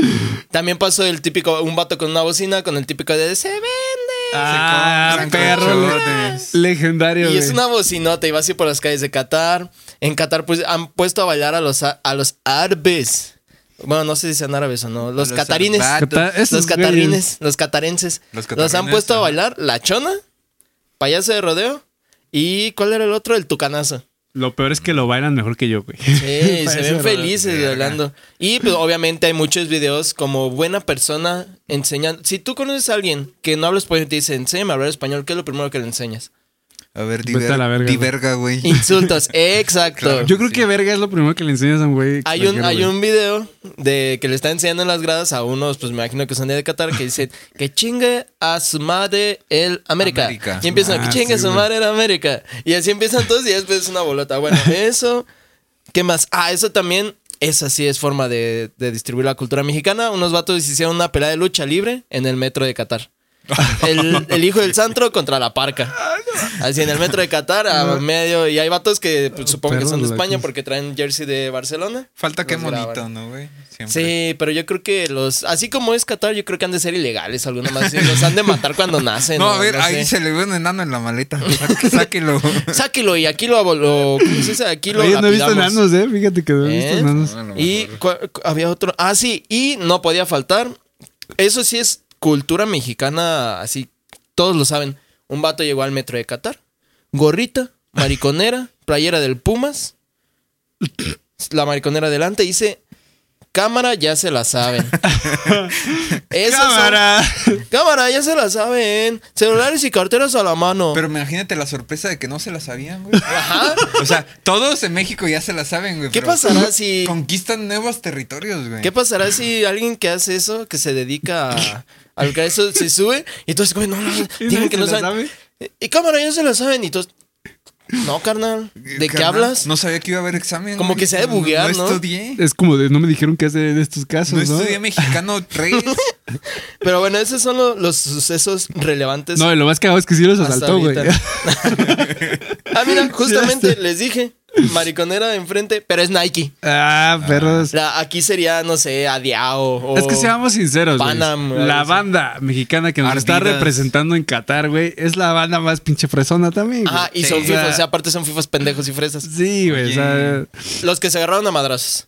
S2: También pasó el típico, un vato con una bocina, con el típico de se vende.
S4: Ah,
S1: Eran
S4: perro.
S1: corchotes.
S4: le- Legendario,
S2: Y es
S4: güey.
S2: una bocinota y va así por las calles de Qatar. En Qatar pues, han puesto a bailar a los, a, a los árabes. Bueno, no sé si sean árabes o no. Los,
S1: los
S2: catarines.
S1: arbatos.
S4: Cata-
S2: los
S4: esos
S2: catarines.
S4: güeyes.
S2: Los catarenses.
S1: Los
S2: Los, han
S1: catarines,
S2: puesto a
S1: ajá.
S2: bailar la chona, payaso de rodeo. ¿Y cuál era el otro? El tucanazo.
S4: Lo peor es que lo bailan mejor que yo, güey.
S2: Sí, se
S4: Parece
S2: ven
S4: verdad.
S2: felices bailando. Y pues obviamente hay muchos videos como buena persona enseñando. Si tú conoces a alguien que no habla español y te dice, enséñame a hablar español, ¿qué es lo primero que le enseñas?
S1: A ver,
S4: Vete a la verga,
S1: diver-
S4: güey.
S1: diverga, güey.
S2: Insultos, exacto.
S1: Claro.
S4: Yo creo que verga es lo primero que le enseñas a un güey.
S2: Hay un,
S4: extranjero,
S2: hay
S4: güey.
S2: un video de que le está enseñando en las gradas a unos, pues me imagino que son de Qatar, que dicen que chingue a su madre el América.
S1: América.
S2: Y empiezan,
S4: Ah,
S2: que chingue a
S4: sí,
S2: su
S4: güey.
S2: madre el América. Y así empiezan todos y después es una bolota. Bueno, eso. ¿Qué más? Ah, eso también, esa sí es forma de, de distribuir la cultura mexicana. Unos vatos hicieron una pelea de lucha libre en el metro de Qatar. El, el hijo del Santro contra la parca.
S4: Ah,
S2: Así en el metro de Qatar, a medio. Y hay vatos que pues, supongo que
S4: Perros
S2: son de
S4: de la
S2: España
S4: cruz.
S2: porque traen jersey de Barcelona.
S1: Falta que
S2: Los
S1: monito,
S2: graban.
S1: ¿no, güey? Siempre.
S2: Sí, pero yo creo que los. Así como es Qatar, yo creo que han de ser ilegales, alguna más. sí, Los han de matar cuando nacen.
S1: No,
S2: o
S1: a ver,
S2: no
S1: ahí
S2: sé.
S1: se le ve un enano en la maleta. Sa- Sáquelo.
S2: Sáquelo y aquí lo. lo ¿cómo se dice? Aquí lo.
S4: Oye, no he visto
S2: lapidamos.
S4: enanos, eh. Fíjate que Ah, no he visto
S2: ¿Eh?
S4: enanos.
S2: Y cua- cu- había otro. Ah, sí, y no podía faltar. Eso sí es cultura mexicana, así todos lo saben. Un vato llegó al metro de Qatar, gorrita, mariconera, playera del Pumas, la mariconera delante, dice. Cámara ya se la saben. Esas son-
S4: Cámara.
S2: cámara ya se la saben. Celulares y carteras a la mano.
S1: Pero imagínate la sorpresa de que no se la sabían, güey.
S2: Ajá.
S1: O sea, todos en México ya se la saben, güey.
S2: ¿Qué
S1: pero
S2: pasará si-
S1: Conquistan nuevos territorios, güey.
S2: ¿Qué pasará si alguien que hace eso, que se dedica al que eso se sube y entonces, güey, no, no,
S4: ¿Y
S2: digan
S4: nadie
S2: que
S4: se
S2: no
S4: la
S2: saben?
S4: sabe?
S2: Y cámara, ya se lo saben y todos, no, carnal, ¿de qué
S1: Carnal,
S2: hablas?
S1: No sabía que iba a haber examen.
S2: Como
S1: güey.
S2: que se ha de buguear, ¿no?
S1: No estudié.
S4: Es como de, no me dijeron qué hacer en estos
S1: No
S4: casos, ¿no?
S1: estudié mexicano 3.
S2: Pero bueno, esos son lo- los sucesos relevantes.
S4: No, y lo más cagado es que sí los
S2: hasta
S4: asaltó, güey.
S2: ahorita. ah, mira, justamente les dije, mariconera de enfrente, pero es Nike.
S4: Ah, perros.
S2: La- aquí sería, no sé, Adiao o...
S4: Es que seamos sinceros, güey.
S2: Panam, algo
S4: La
S2: así.
S4: banda mexicana que nos está
S1: Ardidas.
S4: representando en Qatar, güey, es la banda más pinche fresona también.
S2: Ajá,
S4: güey.
S2: y son
S1: Sí.
S2: fifas, o sea, aparte son fifas pendejos y fresas.
S4: Sí, güey. o sea,
S2: Los que se agarraron a madrazos.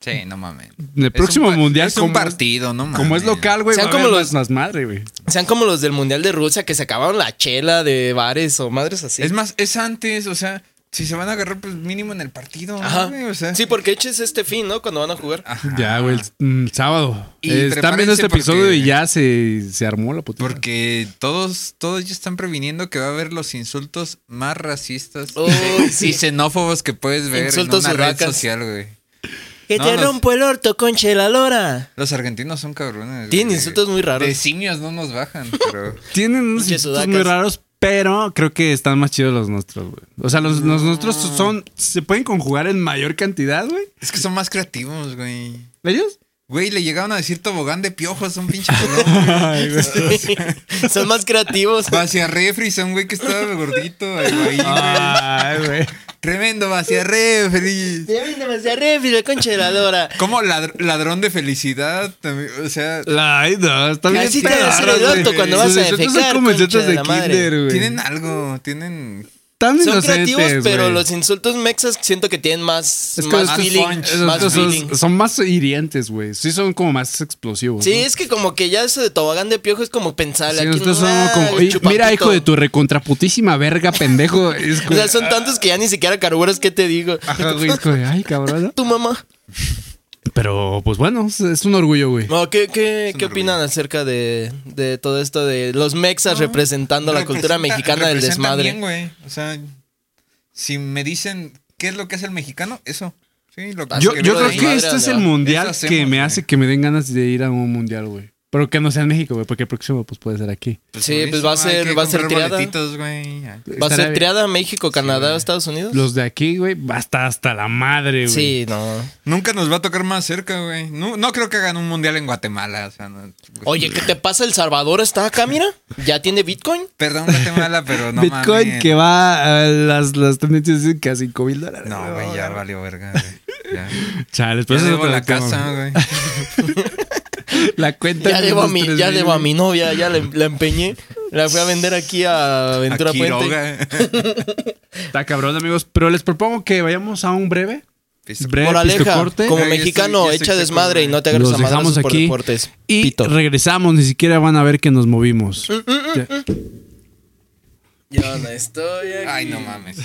S1: Sí, no mames.
S4: En el
S1: Es
S4: próximo
S1: un pa-
S4: mundial,
S1: Es un
S4: como-
S1: partido, no mames.
S4: como es local, güey,
S2: Sean
S4: va a haber
S2: como
S4: más,
S2: los-
S4: más madre, güey.
S2: Sean como los del Mundial de Rusia que se acabaron la chela de bares o madres así.
S1: Es más, es antes, o sea, si se van a agarrar, pues mínimo en el partido, ¿no,
S2: Ajá.
S1: güey? O sea,
S2: Sí, porque eches este fin, ¿no? Cuando van a jugar.
S1: Ajá.
S4: Ya, güey, el, mm, sábado.
S1: Ah. Y
S4: Eh, están viendo
S1: prepárense
S4: este episodio
S1: porque-
S4: y ya se, se armó la puta.
S1: Porque todos, todos ya están previniendo que va a haber los insultos más racistas
S2: Uy,
S1: y,
S2: Oh, sí.
S1: y xenófobos que puedes ver
S2: Insultos
S1: en una red
S2: huracas.
S1: social, güey.
S2: Que
S1: No,
S2: te
S1: no.
S2: rompo el orto, conche la lora.
S1: Los argentinos son cabrones.
S2: Tienen
S1: güey.
S2: insultos muy raros.
S1: De simios no nos bajan, pero
S4: Tienen unos
S2: Pinche
S4: insultos
S2: sudacas.
S4: muy raros, pero creo que están más chidos los nuestros, güey. O sea, los, los nuestros son. Se pueden conjugar en mayor cantidad, güey.
S1: es que son más creativos, güey.
S4: ¿Ellos?
S1: Güey, le llegaron a decir tobogán de piojos a un pinche colón.
S2: Son más creativos.
S1: Hacia refri, son güey que estaba gordito. ahí, güey.
S2: Ah.
S4: Ay, güey.
S1: Tremendo, hacia refri.
S2: Demasiado refri, la concha de la lora.
S1: Como ladr- ladrón de felicidad. también, O sea,
S4: Ay, no, está bien.
S2: Así te
S4: pedorros,
S2: hace el
S4: güey.
S2: orto cuando vas
S4: Sus
S2: a
S4: insultos
S2: defecar,
S4: Son como insultos
S2: concha de
S4: de
S2: la madre.
S4: kinder, güey.
S1: tienen algo, tienen.
S4: Tan
S2: Son
S4: inocentes,
S2: creativos, pero
S4: güey.
S2: los insultos mexas siento que tienen más,
S4: Es que
S2: más
S4: estos
S2: feeling.
S1: punch,
S4: esos
S2: más
S4: otros son-
S2: feeling.
S4: son, más hirientes, güey. Sí, son como más explosivos.
S2: Sí,
S4: ¿no?
S2: es que como que ya eso de tobogán de piojo es como pensarle.
S4: Sí,
S2: aquí,
S4: nosotros somos
S2: nah,
S4: como, "Oye,
S2: chupatito".
S4: mira, hijo de tu recontraputísima verga, pendejo. Es
S2: O
S4: como,
S2: sea, son tantos que ya ni siquiera carburas, ¿qué te digo?
S4: Ajá, güey, es como de, ay, cabrón. ¿no?".
S2: Tu mamá.
S4: Pero, pues bueno, es- es un orgullo, güey.
S2: No, ¿Qué, qué, qué opinan acerca de, de todo esto de los mexas representando la cultura
S1: pues, representa-
S2: mexicana del
S1: representan
S2: desmadre?
S1: bien, güey. O sea, si me dicen qué es lo que es el mexicano, eso. Sí, lo que
S2: Así
S4: Yo,
S2: que
S4: yo
S2: lo
S4: creo
S2: de
S4: que
S2: madre,
S4: este es
S2: ¿dónde
S4: el
S2: va?
S4: mundial
S1: Eso hacemos,
S4: que me
S1: güey.
S4: hace que me den ganas de ir a un mundial, güey. Pero que no sea en México, güey, porque el próximo pues puede ser aquí.
S2: Sí,
S1: por
S2: pues,
S1: eso
S2: va a
S1: hay
S2: ser-
S1: que
S2: va a ser
S1: comprar
S2: triada.
S1: boletitos, güey. Ay,
S2: ¿Va a
S4: Estaría bien.
S2: ser triada México, Canadá, Estados Unidos?
S4: Los de aquí, güey, hasta, hasta la madre, güey.
S2: Sí, no.
S1: Nunca nos va a tocar más cerca, güey. No, no creo que hagan un mundial en Guatemala. o sea, no- pues,
S2: Oye, ¿qué te pasa? El Salvador está acá, mira. Ya tiene Bitcoin.
S1: Perdón, Guatemala, pero no
S4: Bitcoin
S1: mames.
S4: que va a las, las tendencias dicen que a 5 mil dólares.
S1: No, güey, ya valió verga, güey. Ya,
S4: Chales,
S1: ya
S4: pues eso es
S1: debo
S4: otro
S1: la
S4: tema.
S1: casa, güey.
S4: La cuenta.
S2: Ya
S4: de
S2: debo a
S4: los
S2: mi,
S4: 3,000,
S2: ya debo a
S4: güey.
S2: mi novia, ya la, la empeñé. La fui a vender aquí a Ventura
S1: A
S2: Puente.
S1: Quiroga.
S4: Está cabrón, amigos. Pero les propongo que vayamos a un breve.
S1: Pisto-
S4: Breve
S2: Moraleja,
S4: pistocorte.
S2: como
S1: Ahí estoy-
S2: mexicano,
S1: ya estoy
S2: echa
S1: seco,
S2: desmadre
S1: güey.
S2: y no te agarres
S4: Los
S2: a madrazos
S4: dejamos
S2: por
S4: aquí.
S2: deportes.
S4: Y
S2: Pito.
S4: regresamos. Ni siquiera van a ver que nos movimos.
S2: Yo no estoy aquí.
S1: Ay, no mames.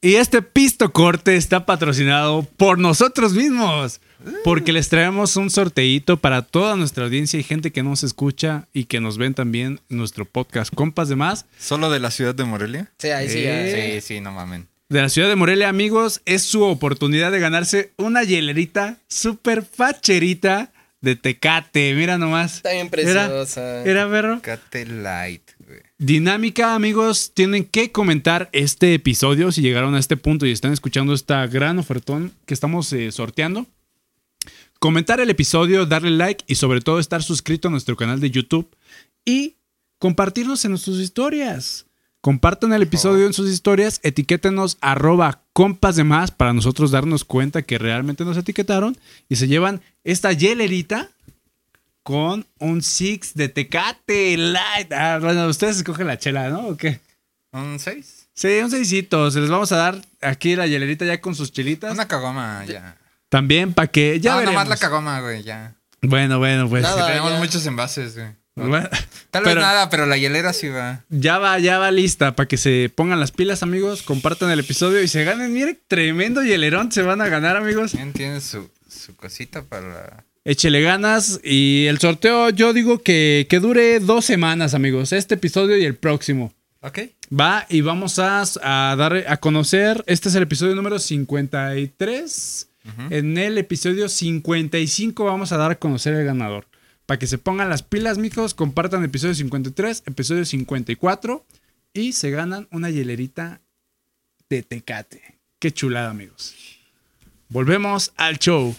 S4: Y este pisto corte está patrocinado por nosotros mismos. Porque les traemos un sorteíto para toda nuestra audiencia y gente que nos escucha y que nos ven también en nuestro podcast Compas de Más.
S1: ¿Solo de la ciudad de Morelia?
S2: Sí, ahí sí,
S4: Eh.
S2: ya.
S1: Sí, sí, no mamen.
S4: De la ciudad de Morelia, amigos, es su oportunidad de ganarse una hielerita super facherita de Tecate. Mira nomás.
S2: Está bien
S4: Mira,
S2: preciosa.
S4: Mira, perro.
S1: Cate Light, güey.
S4: Dinámica, amigos, tienen que comentar este episodio si llegaron a este punto y están escuchando esta gran ofertón que estamos eh, sorteando. Comentar el episodio, darle like y sobre todo estar suscrito a nuestro canal de YouTube y compartirnos en sus historias. Compartan el episodio en sus historias, etiquétenos arroba compas de más para nosotros darnos cuenta que realmente nos etiquetaron y se llevan esta hielerita con un six de Tecate Light. Ah, bueno, ustedes escogen la chela, ¿no? ¿O qué?
S1: ¿Un seis?
S4: Sí, un seisito. Se les vamos a dar aquí la hielerita ya con sus chelitas.
S1: Una cagoma, ya.
S4: También para que ya
S1: Ya no,
S4: veremos.
S1: nomás la cagoma, güey, ya.
S4: bueno, bueno, pues.
S2: Nada. Ah,
S1: Tenemos
S2: ya.
S1: muchos envases, güey.
S4: Bueno,
S1: Tal vez
S4: pero
S1: nada, pero la hielera sí va.
S4: Ya va, ya va lista para que se pongan las pilas, amigos. Compartan el episodio y se ganen. Mire, tremendo hielerón se van a ganar, amigos.
S1: También tiene su, su cosita para...
S4: Échele ganas y el sorteo yo digo que, que dure dos semanas, amigos. Este episodio y el próximo.
S1: Ok.
S4: Va y vamos a, a dar a conocer. Este es el episodio número 53. En el episodio 55 vamos a dar a conocer el ganador. Para que se pongan las pilas, micos, compartan episodio 53, episodio 54 y se ganan una hielerita de tecate. Qué chulada, amigos. Volvemos al show.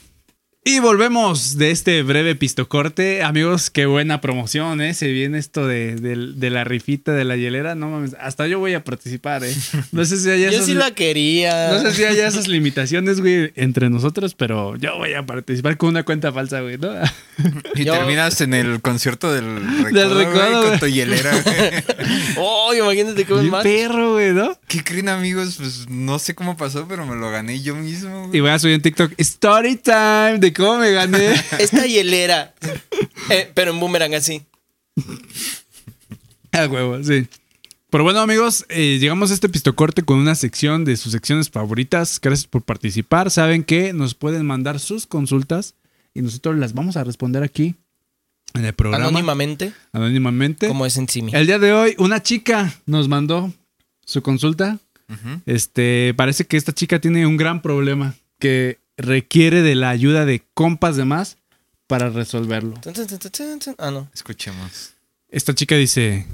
S4: Y volvemos de este breve pistocorte. Amigos, qué buena promoción, ¿eh? Se viene esto de, de- de la rifita de la hielera. No mames, hasta yo voy a participar, ¿eh? No sé si hay
S2: Yo
S4: esas,
S2: sí la quería.
S4: no sé si
S2: Ah.
S4: haya esas limitaciones, güey, entre nosotros, pero yo voy a participar con una cuenta falsa, güey, ¿no?
S1: Y
S2: Yo-
S1: terminas en el concierto del recodo,
S4: recodo,
S1: güey,
S4: güey.
S1: con tu hielera, güey.
S2: Oh, imagínate cómo es
S4: Bien
S2: más.
S4: perro, güey, ¿no?
S1: ¿Qué creen, amigos? Pues no sé cómo pasó, pero me lo gané yo mismo,
S4: Y
S1: güey.
S4: voy a subir en TikTok Story Time de cómo me gané.
S2: Esta hielera. Eh, pero en boomerang así.
S4: A huevo, sí. Pero bueno, amigos, eh, llegamos a este pistocorte con una sección de sus secciones favoritas. Gracias por participar. Saben que nos pueden mandar sus consultas y nosotros las vamos a responder aquí en el programa.
S2: Anónimamente,
S4: Anónimamente.
S2: como es en Simi.
S4: El día de hoy, una chica nos mandó su consulta.
S1: Ujú.
S4: Este, parece que esta chica tiene un gran problema que requiere de la ayuda de compas de más para resolverlo.
S2: Tun, tun, tun, tun, tun. Ah, no.
S1: Escuchemos.
S4: Esta chica dice,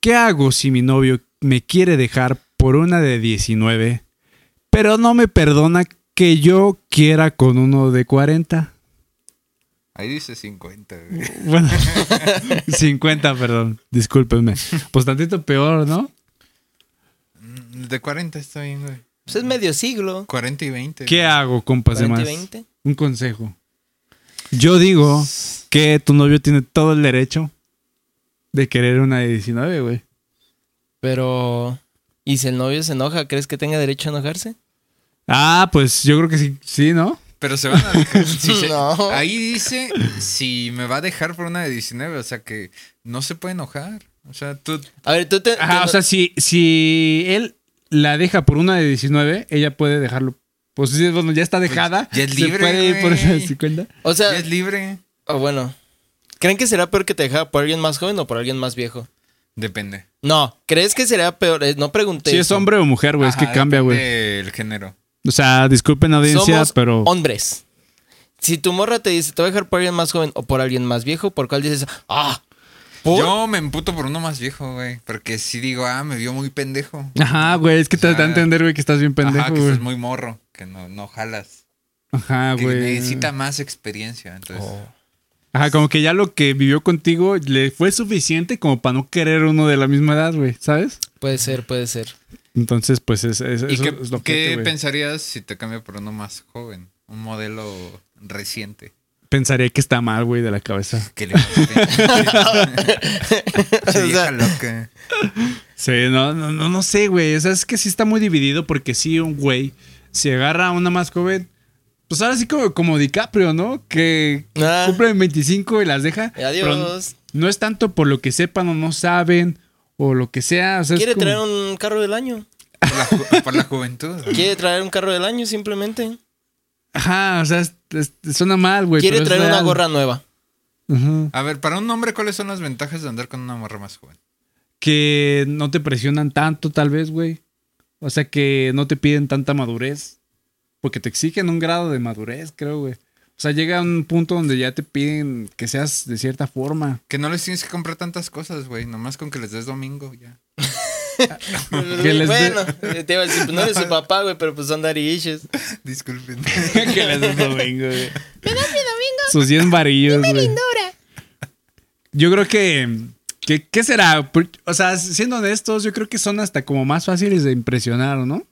S4: ¿qué hago si mi novio me quiere dejar por una de 19, pero no me perdona que yo quiera con uno de 40?
S1: Ahí dice 50, güey.
S4: Bueno, 50, perdón, discúlpenme. Pues tantito peor, ¿no?
S1: De 40 está bien, güey.
S2: Pues es medio siglo.
S1: 40 y 20.
S4: ¿Qué
S1: güey.
S4: hago, compas de
S2: 40 y
S4: Pues más?
S2: 20.
S4: Un consejo. Yo digo que tu novio tiene todo el derecho de querer una de 19, güey.
S2: Pero. ¿Y si el novio se enoja? ¿Crees que tenga derecho a enojarse?
S4: Ah, pues yo creo que sí, sí, ¿no?
S1: Pero se van a dejar. si se-
S2: No.
S1: Ahí dice si me va a dejar por una de 19. O sea que no se puede enojar. O sea, tú.
S2: A ver, tú te.
S4: Ajá,
S2: te-
S4: o sea, si, si él la deja por una de 19, ella puede dejarlo. Pues sí, bueno, ya está dejada.
S1: ya es
S4: Se
S1: libre,
S4: puede ir por
S1: güey.
S4: esa de 50.
S2: o sea,
S1: ya es libre.
S2: oh, bueno. ¿Creen que será peor que te deja por alguien más joven o por alguien más viejo?
S1: Depende.
S2: No, ¿crees que será peor? Eh, No pregunté.
S4: Si es
S2: eso.
S4: hombre o mujer, güey, es que
S1: Ajá,
S4: cambia, güey.
S1: depende El género.
S4: O sea, disculpen audiencia,
S2: Somos
S4: pero
S2: hombres. si tu morra te dice, te voy a dejar por alguien más joven o por alguien más viejo, ¿por cuál dices, ah, ¿por?
S1: Yo me emputo por uno más viejo, güey. Porque si digo, ah, me vio muy pendejo.
S4: Ajá, güey, es que te da a entender, güey, que estás bien pendejo,
S1: Ajá, que
S4: güey.
S1: estás muy morro, que no, no jalas.
S4: Ajá,
S1: que
S4: güey.
S1: necesita más experiencia. Entonces,
S2: Oh.
S4: Ajá, como que ya lo que vivió contigo le fue suficiente como para no querer uno de la misma edad, güey, ¿sabes?
S2: Puede ser, puede ser.
S4: Entonces, pues es, es,
S1: ¿Y
S4: eso
S1: qué,
S4: es lo
S1: qué
S4: que
S1: pensarías si te cambio por uno más joven? Un modelo reciente.
S4: pensaría que está mal, güey, de la cabeza.
S1: Que le Pinche vieja
S2: sea-
S1: loca.
S4: Sí, no, no, no, no sé, güey. O sea, es que sí está muy dividido porque sí, un güey, si agarra a una más joven, pues ahora sí como, como DiCaprio, ¿no? Que
S2: Ah.
S4: cumple 25 y las deja.
S2: Y adiós.
S4: pero no es tanto por lo que sepan o no saben o lo que sea. o sea, es
S2: Quiere
S4: como-
S2: traer un carro del año.
S1: Por la, ju- por la juventud. ¿no?
S2: Quiere traer un carro del año simplemente.
S4: Ajá, o sea, es- es- suena mal, güey.
S2: Quiere
S4: pero es
S2: traer una
S4: real.
S2: gorra nueva.
S4: Ajá.
S1: A ver, para un hombre, ¿cuáles son las ventajas de andar con una morra más joven?
S4: Que no te presionan tanto, tal vez, güey. O sea, que no te piden tanta madurez. Porque te exigen un grado de madurez, creo, güey. O sea, llega un punto donde ya te piden que seas de cierta forma.
S1: Que no les tienes que comprar tantas cosas, güey. Nomás con que les des domingo, ya.
S4: Que les dé-
S2: bueno, te iba a decir, pues no eres su papá, güey, pero pues son dariches.
S1: Disculpen.
S4: que les des domingo, güey. domingo. Sus 100 varillos, güey. Yo creo que, que- ¿Qué será? Por- O sea, siendo honestos, yo creo que son hasta como más fáciles de impresionar, ¿no?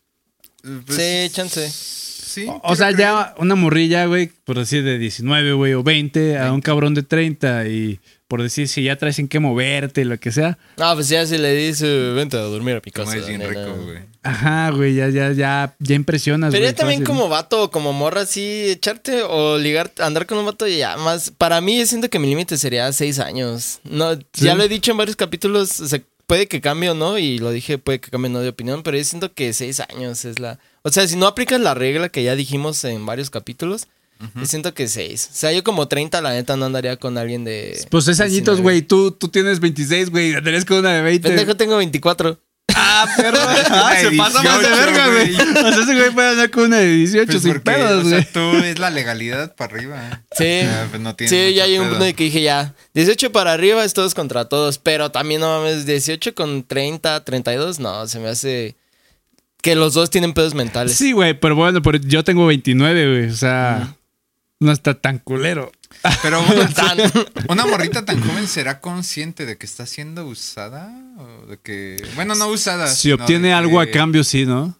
S2: Sí, chance.
S1: Pues, Sí.
S4: O- O
S1: quiero
S4: sea,
S1: creer.
S4: ya una morrilla, güey, por decir de 19, güey, o 20, a un cabrón de 30 y por decir si ya traes en qué moverte, lo que sea.
S2: No, pues ya si le dice, vente a dormir a mi
S1: Como
S2: casa.
S1: es bien
S2: nena".
S1: rico, güey.
S4: Ajá, güey, ya, ya, ya, ya impresionas,
S2: Pero
S4: güey,
S2: ya también
S4: fácil.
S2: como vato o como morra, sí, echarte o ligar, andar con un vato ya más. Para mí, yo siento que mi límite sería seis años. No, ya lo he dicho en varios capítulos, o sea, puede que cambie o no, y lo dije, puede que cambie o no de opinión, pero yo siento que seis años es la. O sea, si no aplicas la regla que ya dijimos en varios capítulos, yo siento que seis. O sea, yo como 30, la neta, no andaría con alguien de.
S4: Pues es añitos,
S2: 19.
S4: güey, tú, tú tienes 26, güey, tenés con una de 20.
S2: Pendejo, tengo 24.
S4: Ah, perro. Ah, se pasa más de
S1: 18,
S4: verga, güey. O sea, ese güey puede andar con una de 18
S1: Pues
S4: sin
S1: porque,
S4: pedos,
S1: o
S4: güey.
S1: sea, tú es la legalidad para arriba.
S2: Sí.
S1: O sea, pues no tiene
S2: sí,
S1: mucho
S2: ya hay un
S1: pedo.
S2: punto en el que dije ya. 18 para arriba es todos contra todos. Pero también no mames, 18 con 30, 32, no, se me hace que los dos tienen pedos mentales.
S4: Sí, güey, pero bueno, pero yo tengo 29, güey, o sea, no está tan culero.
S1: Pero una,
S2: Tan-
S1: una morrita tan joven será consciente de que está siendo usada. ¿O de que, bueno, Ah, no usada.
S4: Si
S1: sino
S4: obtiene
S1: de
S4: algo a
S1: que-
S4: cambio, sí, ¿no?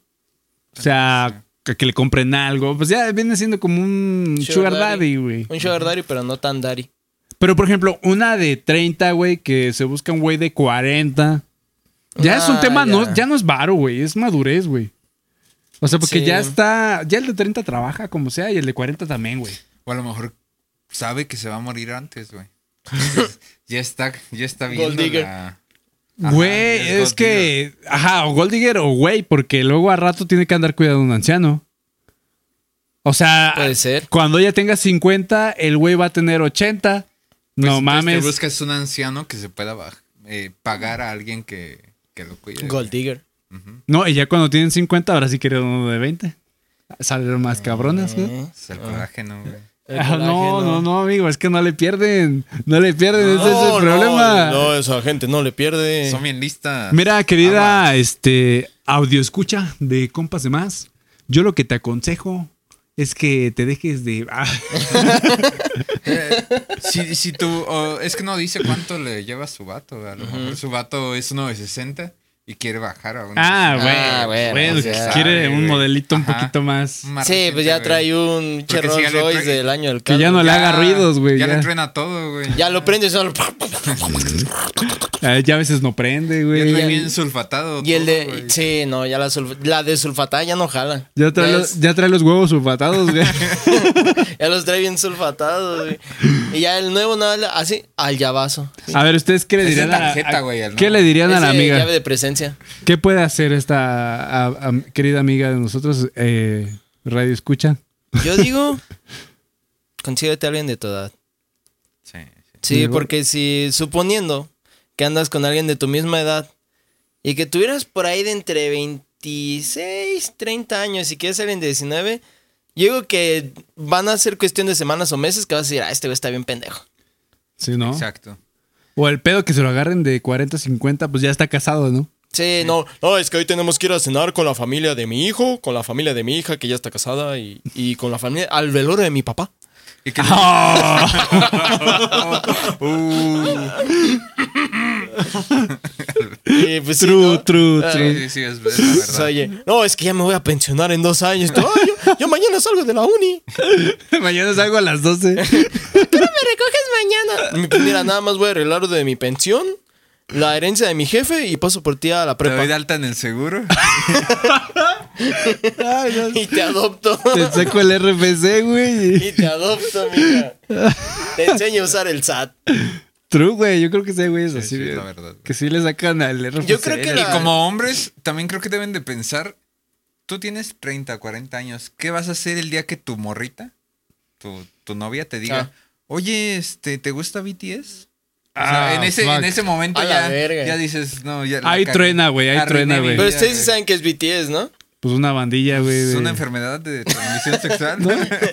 S4: O sea, que, que le compren algo. Pues ya viene siendo como un sugar,
S2: Sugar
S4: daddy,
S2: daddy.
S4: güey.
S2: Un sugar daddy, pero no tan daddy.
S4: Pero, por ejemplo, una de 30, güey, que se busca un güey de 40. Ya es un
S2: Ah,
S4: tema, No,
S2: ya.
S4: ya no es varo, güey. Es madurez, güey. O sea, porque
S2: Sí.
S4: ya está... Ya el de 30 trabaja como sea y el de 40 también, güey.
S1: O a lo mejor sabe que se va a morir antes, güey. Entonces, ya está, ya está viendo
S2: Gold digger.
S1: la- Ajá,
S4: Güey,
S1: ya
S4: es,
S1: gold digger.
S4: que... Ajá, o Gold Digger o güey, porque luego a rato tiene que andar cuidando a un anciano. O sea...
S2: Puede ser.
S4: Cuando ella tenga 50, el güey va a tener 80.
S1: Pues,
S2: este
S4: no
S1: entonces,
S4: mames.
S1: Te buscas un anciano que se pueda baj- eh, pagar a alguien que, que lo cuide.
S2: Gold digger.
S1: Ujú.
S4: No, y ya cuando tienen 50, ahora sí quieren uno de 20. Salieron más cabronas, güey.
S2: Eh,
S1: Es el colágeno, güey.
S2: el
S4: Ah, no,
S2: colágeno.
S4: no, no, amigo, es que no le pierden. No le pierden, ese es
S2: No,
S4: el problema.
S2: No, esa gente no le pierde.
S1: Son bien listas. Ah,
S4: Mira, querida, este audio escucha de compas de más. Yo lo que te aconsejo es que te dejes de. Ah,
S1: Eh, si, si tú, o- es que no dice cuánto le lleva su vato. A lo mejor su vato es uno de 60 y quiere bajar a uno.
S4: ah, güey.
S2: Ah, bueno,
S4: bueno, pues,
S2: o sea,
S4: quiere un
S1: güey.
S4: modelito un
S1: Ajá.
S4: poquito más.
S2: Sí, pues ya trae un che
S1: Porque si ya
S2: Rolls
S1: le
S2: Royce
S1: trae-
S2: del año del
S4: Que ya
S2: carro.
S4: no le haga ruidos, güey.
S1: Ya,
S4: Ya,
S1: le truena todo, güey.
S2: Ya lo prende y solo.
S4: Ah, ya a veces no prende,
S1: Ya
S4: güey.
S1: trae
S4: Ya,
S1: bien sulfatado.
S2: Y el
S1: todo,
S2: de.
S1: güey.
S2: Sí, no, ya la, sulf- la de sulfatada ya no jala.
S4: trae
S2: Ya
S4: los,
S2: es-
S4: ya trae los huevos sulfatados, güey.
S2: Ya los trae bien sulfatados, güey. Y ya el nuevo nada, le- así, al llavazo.
S4: A ver, ¿ustedes qué le
S1: Esa
S4: dirían a
S1: tarjeta,
S4: la, a-
S1: güey, al
S4: ¿qué
S1: no.
S4: le dirían a la
S2: Ese
S4: amiga?
S2: llave de presencia.
S4: ¿Qué puede hacer esta a- a- querida amiga de nosotros, eh, Radio Escucha?
S2: Yo digo, consíguete a alguien de tu edad.
S1: Sí, sí.
S2: Sí,
S4: Digo-
S2: porque si suponiendo que andas con alguien de tu misma edad y que tuvieras por ahí de entre 26, 30 años y quieres alguien de 19, Yo digo que van a ser cuestión de semanas o meses que vas a decir, ah, este güey está bien pendejo.
S4: Sí, ¿no?
S1: Exacto.
S4: O el pedo que se lo agarren de 40 50, pues ya está casado, ¿no?
S2: Sí, no, no, es que hoy tenemos que ir a cenar con la familia de mi hijo, con la familia de mi hija que ya está casada y, y con la familia, al velorio de mi papá.
S1: Y que-
S4: Ah.
S1: Uh.
S2: Y pues, sí,
S4: True,
S2: ¿no?
S4: true,
S2: Ah,
S4: true.
S1: Sí, sí, es es la
S2: O
S1: verdad.
S2: sea, oye, no, es que ya me voy a pensionar en dos años. Tú, "Ay, yo, yo mañana salgo de la uni.
S4: Mañana salgo a las 12.
S2: me recoges mañana? Pues Mira, nada más voy a arreglar lo de mi pensión, la herencia de mi jefe y paso por ti a la
S1: Te doy
S2: prepa.
S1: de alta en el seguro.
S2: Y te adopto.
S4: Te saco el RFC, güey.
S2: Y te adopto, mija. Te enseño a usar el SAT.
S4: True, güey. Yo creo que ese güey es
S1: Sí,
S4: así.
S1: sí, es la
S4: güey.
S1: verdad.
S4: Que sí le sacan al RFC.
S2: Yo creo que
S1: Y
S2: la-
S1: como hombres, también creo que deben de pensar, tú tienes 30, 40 años, ¿qué vas a hacer el día que tu morrita, tu, tu novia, te
S2: Ah.
S1: diga, oye, este, ¿te gusta BTS? O
S4: Ah,
S1: sea, en, ese, en
S4: fuck.
S1: ese momento
S2: A la
S1: ya,
S2: verga.
S1: ya dices, no, ya. la
S4: Ahí
S1: cagué.
S4: truena, güey, ahí
S1: Arruiné
S4: truena,
S1: mi
S4: güey.
S1: vida,
S2: Pero ustedes sí
S1: güey.
S2: saben que es BTS, ¿no?
S4: Pues una bandilla, güey.
S1: Es
S4: de-
S1: una enfermedad de transmisión sexual.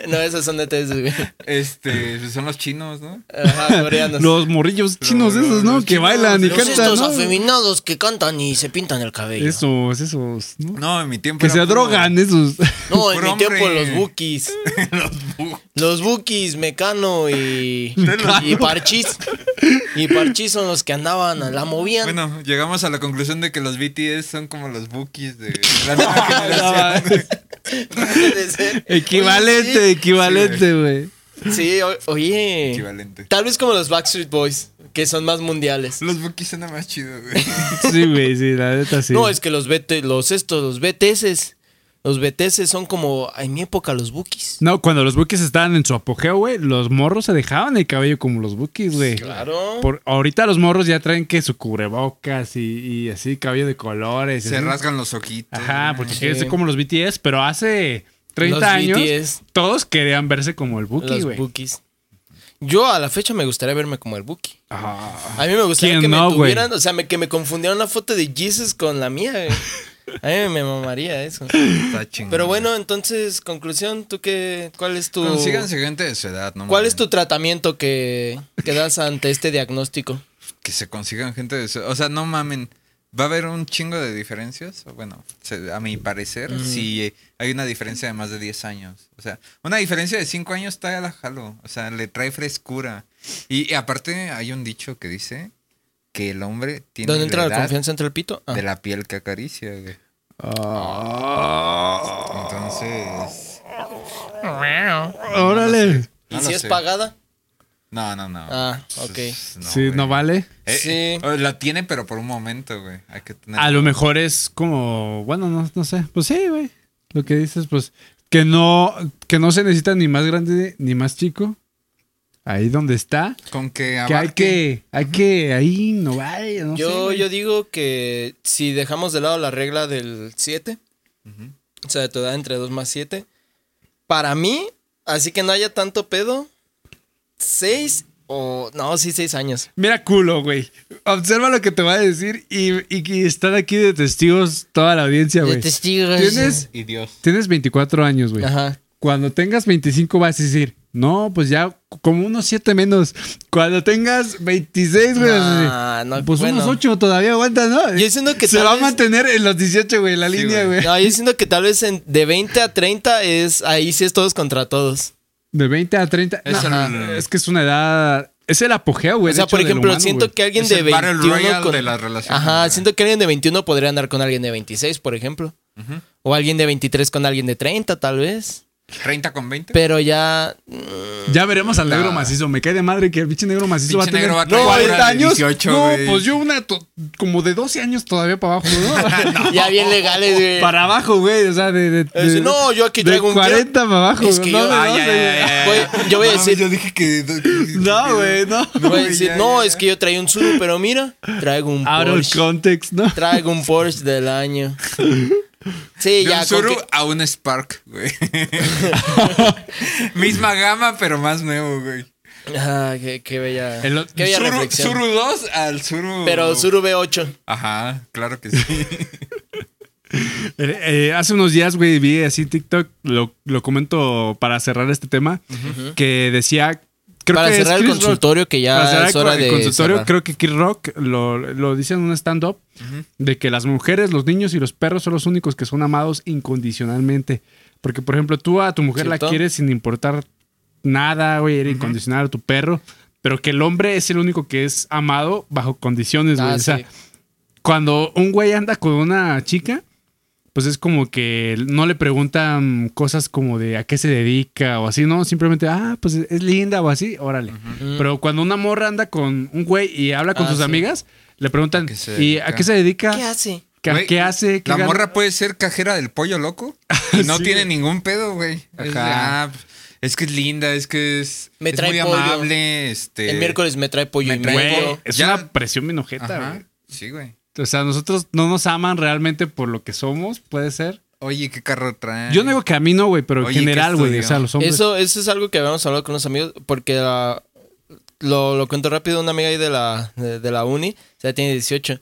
S2: No, esas son de TS, güey.
S1: este, pues, son los chinos, ¿no?
S2: Ajá, coreanos.
S4: Los morrillos chinos
S1: Los-
S4: esos, ¿no?
S1: los
S4: que
S1: chinos,
S4: bailan y
S1: los
S4: cantan, ¿no?
S2: afeminados que cantan y se pintan el cabello.
S4: Esos, esos, ¿no?
S1: No, en mi tiempo.
S4: que
S1: era
S4: se
S1: puro-
S4: drogan esos.
S2: No, en
S1: Por
S2: mi tiempo
S1: hombre.
S2: los bookies. los bookies, Mecano y, y Parchís. Y Parchís son los que andaban, la movían.
S1: Bueno, llegamos a la conclusión de que los BTS son como los bookies de la nueva generación.
S2: Puede ser.
S4: equivalente,
S2: Oye,
S4: equivalente, güey.
S2: Sí, sí, o- oye.
S1: Equivalente.
S2: Tal vez como los Backstreet Boys, que son más mundiales.
S1: Los bookies son más chido, güey.
S4: Sí, güey, sí, la neta sí.
S2: No, es que los BT, los estos, los BTS. Los BTS son como en mi época los bookies.
S4: No, cuando los buques estaban en su apogeo, güey, los morros se dejaban el cabello como los buques, güey.
S2: Claro.
S4: Por, ahorita los morros ya traen que su cubrebocas y, y así, cabello de colores. y
S1: Se
S4: así.
S1: rasgan los ojitos.
S4: Ajá, porque
S2: Sí.
S4: quieren ser como los BTS, pero hace 30
S2: Los
S4: años
S2: BTS.
S4: todos querían verse como el Buki,
S2: los
S4: güey.
S2: bookies. Yo a la fecha me gustaría verme como el bookie.
S4: Ah,
S2: A mí me gustaría
S4: ¿Quién
S2: que
S4: no,
S2: me
S4: güey?
S2: tuvieran, o sea, me- que me confundieran la foto de Jesus con la mía. güey. A mí me mamaría eso.
S1: Está chingón.
S2: Pero bueno, entonces, conclusión, ¿tú qué? ¿Cuál es tu,
S1: Consíganse gente de su edad, ¿no?
S2: ¿cuál
S1: mamen.
S2: es tu tratamiento que, que das ante este diagnóstico?
S1: Que se consigan gente de su O sea, no mamen. ¿Va a haber un chingo de diferencias? O Bueno, se- a mi parecer, si eh, hay una diferencia de más de 10 años. O sea, una diferencia de 5 años está a la jalo. O sea, le trae frescura. Y, y aparte hay un dicho que dice que el hombre tiene
S2: ¿Dónde
S1: la
S2: entra la
S1: edad
S2: confianza entre el pito? Ah.
S1: de la piel que acaricia, güey. Ah.
S4: Ah.
S2: Oh.
S1: Entonces...
S4: órale.
S2: ¿Y
S1: no
S2: si
S1: lo
S2: es
S1: sé.
S2: pagada?
S1: No, no, no.
S2: Ah,
S1: Pues,
S2: ok.
S4: sí,
S1: güey.
S4: no vale.
S1: Eh,
S2: Sí.
S1: eh, o la tiene, pero por un momento, güey. Hay que tener.
S4: A lo mejor es como, bueno, no, no sé. Pues sí, güey. Lo que dices, pues, que no, que no se necesita ni más grande ni más chico. Ahí donde está.
S1: Con que
S4: Que hay
S1: abarque.
S4: que, hay que ahí innovar. No sé,
S2: Yo,
S4: güey.
S2: yo digo que si dejamos de lado la regla del 7, o sea, de tu edad entre 2 más 7, para mí, así que no haya tanto pedo, 6 o... No, sí, 6 años.
S4: Mira culo, güey. Observa lo que te va a decir y, y, y están aquí de testigos toda la audiencia, Eh, güey.
S2: testigos.
S4: Tienes,
S1: Y Dios.
S4: tienes 24 años, güey.
S2: Ajá.
S4: Cuando tengas 25 vas a decir, no, pues ya como unos 7 menos. Cuando tengas 26, güey.
S2: Ah,
S4: así,
S2: no,
S4: pues
S2: bueno.
S4: unos 8 todavía aguanta, ¿no?
S2: Yo siento que
S4: Se
S2: tal
S4: va
S2: vez-
S4: a mantener en los 18, güey, la línea,
S1: güey.
S4: güey.
S2: No, yo siento que tal vez en- de 20 a 30 es... Ahí sí es todos contra todos.
S4: De 20 a 30.
S1: Es
S4: no,
S1: el-
S4: no, es que es una edad... Es el apogeo, güey.
S2: o
S4: de
S2: sea,
S4: hecho,
S2: por
S4: del
S2: ejemplo,
S4: humano,
S2: siento
S4: güey.
S2: que alguien
S1: Es
S2: de
S1: el Battle
S2: 21
S1: Royale
S2: con-
S1: de las relaciones,
S2: Ajá,
S1: güey.
S2: siento que alguien de 21 podría andar con alguien de 26, por ejemplo. O alguien de 23 con alguien de 30, tal vez.
S1: 30 con 20.
S2: Pero ya... mm,
S4: Ya veremos al negro
S1: Nah.
S4: macizo. Me cae de madre que el pinche negro macizo
S1: Pinche negro va
S4: va a
S1: a
S4: tener
S1: traer
S4: 40
S1: una de
S4: años.
S1: 18,
S4: no,
S1: güey.
S4: pues yo una to- como de 12 años todavía para abajo, ¿no?
S2: Ya bien legales, güey.
S4: para abajo, güey. O sea, de. de-
S2: Eh,
S4: de-
S2: no, yo aquí
S4: de
S2: traigo un
S4: 40 para abajo.
S2: Es que
S4: no,
S2: yo-
S4: de
S2: Ah,
S1: ya,
S4: 12,
S1: ya,
S4: güey.
S1: ya, ya,
S2: Voy-
S1: ya.
S2: yo voy a
S1: No mames,
S2: decir-
S1: Yo dije que.
S4: No, güey, no.
S2: Voy a
S1: güey,
S2: decir,
S1: ya,
S2: no,
S1: ya,
S2: es que yo traía un sub, pero mira, traigo un
S4: Out of
S2: Porsche.
S4: context, ¿no?
S2: Traigo un Porsche del año. Sí,
S1: De
S2: ya.
S1: un
S2: con
S1: Zuru
S2: que-
S1: a un Spark, güey. Misma gama, pero más nuevo, güey.
S2: Ah, qué, qué bella.
S4: El o-
S2: qué bella
S1: Zuru-
S2: reflexión.
S1: Zuru 2 al Zuru.
S2: Pero Zuru B8.
S1: Ajá, claro que sí.
S4: Eh, eh, hace unos días, güey, vi así TikTok, lo, lo comento para cerrar este tema, que decía... Creo
S2: para
S4: que es
S2: cerrar el
S4: Chris Rock.
S2: consultorio, que
S4: Para
S2: ya
S4: cerrar
S2: es hora
S4: el
S2: de.
S4: consultorio,
S2: cerrar.
S4: creo que Kid Rock lo, lo dice en un stand-up, de que las mujeres, los niños y los perros son los únicos que son amados incondicionalmente. Porque, por ejemplo, tú a tu mujer
S2: ¿Cierto?
S4: la quieres sin importar nada, güey, era incondicional a tu perro, pero que el hombre es el único que es amado bajo condiciones, güey.
S2: Ah,
S4: o sea,
S2: sí.
S4: cuando un güey anda con una chica, pues es como que no le preguntan cosas como de a qué se dedica o así, ¿no? Simplemente, ah, pues es linda o así, órale. Pero cuando una morra anda con un güey y habla con
S2: Ah,
S4: sus
S2: sí.
S4: amigas, le preguntan,
S1: qué se
S4: ¿y a
S1: dedica?
S4: qué se dedica?
S2: ¿Qué hace?
S4: ¿Qué,
S1: Güey,
S4: qué hace? ¿Qué
S1: La
S4: gana?"
S1: morra puede ser cajera del pollo loco y no
S4: Sí,
S1: tiene
S4: güey.
S1: ningún pedo, güey.
S4: Es
S1: Ajá. Es que es linda, es que es,
S2: Me
S1: es
S2: trae
S1: muy
S2: pollo.
S1: amable. Este,
S2: Mm.
S4: eh,
S2: El miércoles me trae pollo
S1: me
S2: y
S1: trae
S2: medio.
S1: pollo.
S4: Güey, es
S1: Ya-
S4: una presión bien ojeta,
S1: Ajá.
S4: güey.
S1: Sí, güey.
S4: O sea, nosotros no nos aman realmente por lo que somos, puede ser.
S1: Oye, ¿qué carro trae?
S4: Yo no digo que a mí no, güey, pero en
S1: Oye, ¿qué
S4: general, güey. O sea,
S1: estudió?
S4: los hombres.
S2: Eso, eso es algo que habíamos hablado con unos amigos, porque ah, lo, lo cuento rápido, una amiga ahí de la, de, de la uni, o sea, tiene 18,